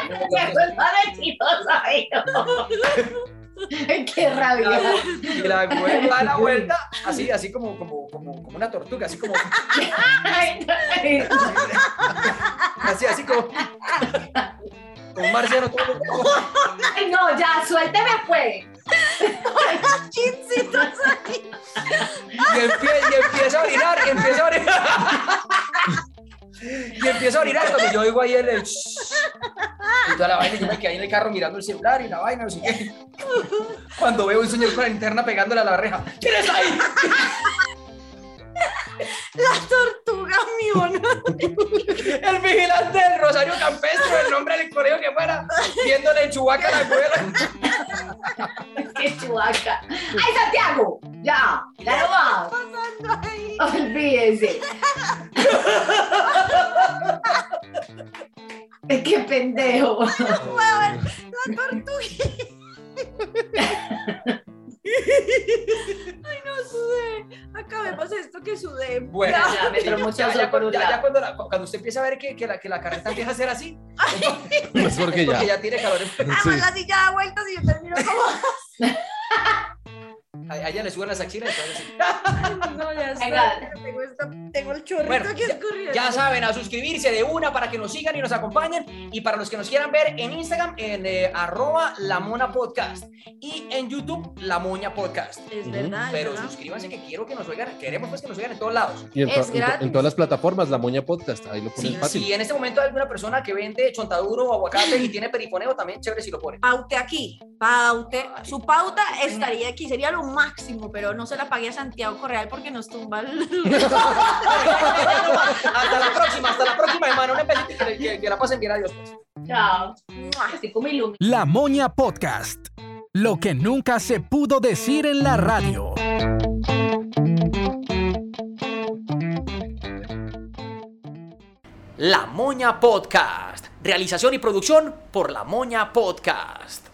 [SPEAKER 5] culpa del chico sabio. Qué rabia.
[SPEAKER 1] Y la güey da la vuelta, así, así como, como, como, como una tortuga, así como,
[SPEAKER 5] Ay, ay.
[SPEAKER 1] así, así como, como un marciano todo loco.
[SPEAKER 5] Ay, no, ya, suélteme, pues.
[SPEAKER 1] y, empie- y empieza a orinar, y empieza a orinar. y empieza a orinar cuando yo oigo ahí el, el shhh, y toda la vaina, y yo me quedé ahí en el carro mirando el celular y la vaina, no sé qué. Cuando veo un señor con la linterna pegándole a la reja, ¿quién está ahí?
[SPEAKER 6] La tortuga, mi honor.
[SPEAKER 1] El vigilante del Rosario Campestre, el nombre del colegio que fuera, viéndole el chubaca a la abuela.
[SPEAKER 5] ¡Qué chubaca! ¡Ay, Santiago! ¡Ya! ¡Ya no más!
[SPEAKER 6] Ay,
[SPEAKER 5] ¡Olvídese! ¡Qué pendejo!
[SPEAKER 6] huevón, la tortuga. Ay, no sudé. Acabemos esto que sudé.
[SPEAKER 1] Bueno,
[SPEAKER 5] Ya, me entró mucho
[SPEAKER 1] ya,
[SPEAKER 5] azul
[SPEAKER 1] ya,
[SPEAKER 5] por un
[SPEAKER 1] ya,
[SPEAKER 5] lado.
[SPEAKER 1] ya cuando, la- cuando usted empieza a ver que, que la, que la carreta empieza a ser así,
[SPEAKER 7] Es porque
[SPEAKER 1] porque
[SPEAKER 7] ya.
[SPEAKER 1] ya tiene calor. en-
[SPEAKER 6] Además, la silla da vueltas y yo termino como.
[SPEAKER 1] A, a ella le suben las axilas. entonces así.
[SPEAKER 6] No, ya
[SPEAKER 5] Venga.
[SPEAKER 6] está. Tengo, esta- tengo el chorrito
[SPEAKER 1] Bueno,
[SPEAKER 6] que escurrió.
[SPEAKER 1] Ya saben, a suscribirse de una para que nos sigan y nos acompañen. Y para los que nos quieran ver en Instagram, en eh, arroba la mona podcast. Y en YouTube, la moña podcast.
[SPEAKER 6] Es verdad. es
[SPEAKER 1] Pero
[SPEAKER 6] verdad.
[SPEAKER 1] suscríbanse que quiero que nos oigan. Queremos pues que nos oigan en todos lados.
[SPEAKER 7] Y en, to-
[SPEAKER 6] Es
[SPEAKER 7] en to- en
[SPEAKER 6] gratis.
[SPEAKER 7] todas las plataformas, la moña podcast, ahí lo pones
[SPEAKER 1] Si,
[SPEAKER 7] fácil.
[SPEAKER 1] si en este momento hay alguna persona que vende chontaduro o aguacate y tiene periponeo, también chévere si lo pone.
[SPEAKER 6] paute aquí, paute, su pauta estaría aquí, sería lo máximo, pero no se la pagué a Santiago Correal porque nos tumba el...
[SPEAKER 1] hasta la próxima, hasta la próxima, hermano. Un besito y que, que- que la pasen bien. Adiós. pues.
[SPEAKER 5] ¡Chao! Estoy como ilumi.
[SPEAKER 2] La Moña Podcast. Lo que nunca se pudo decir en la radio.
[SPEAKER 8] La Moña Podcast. Realización y producción por La Moña Podcast.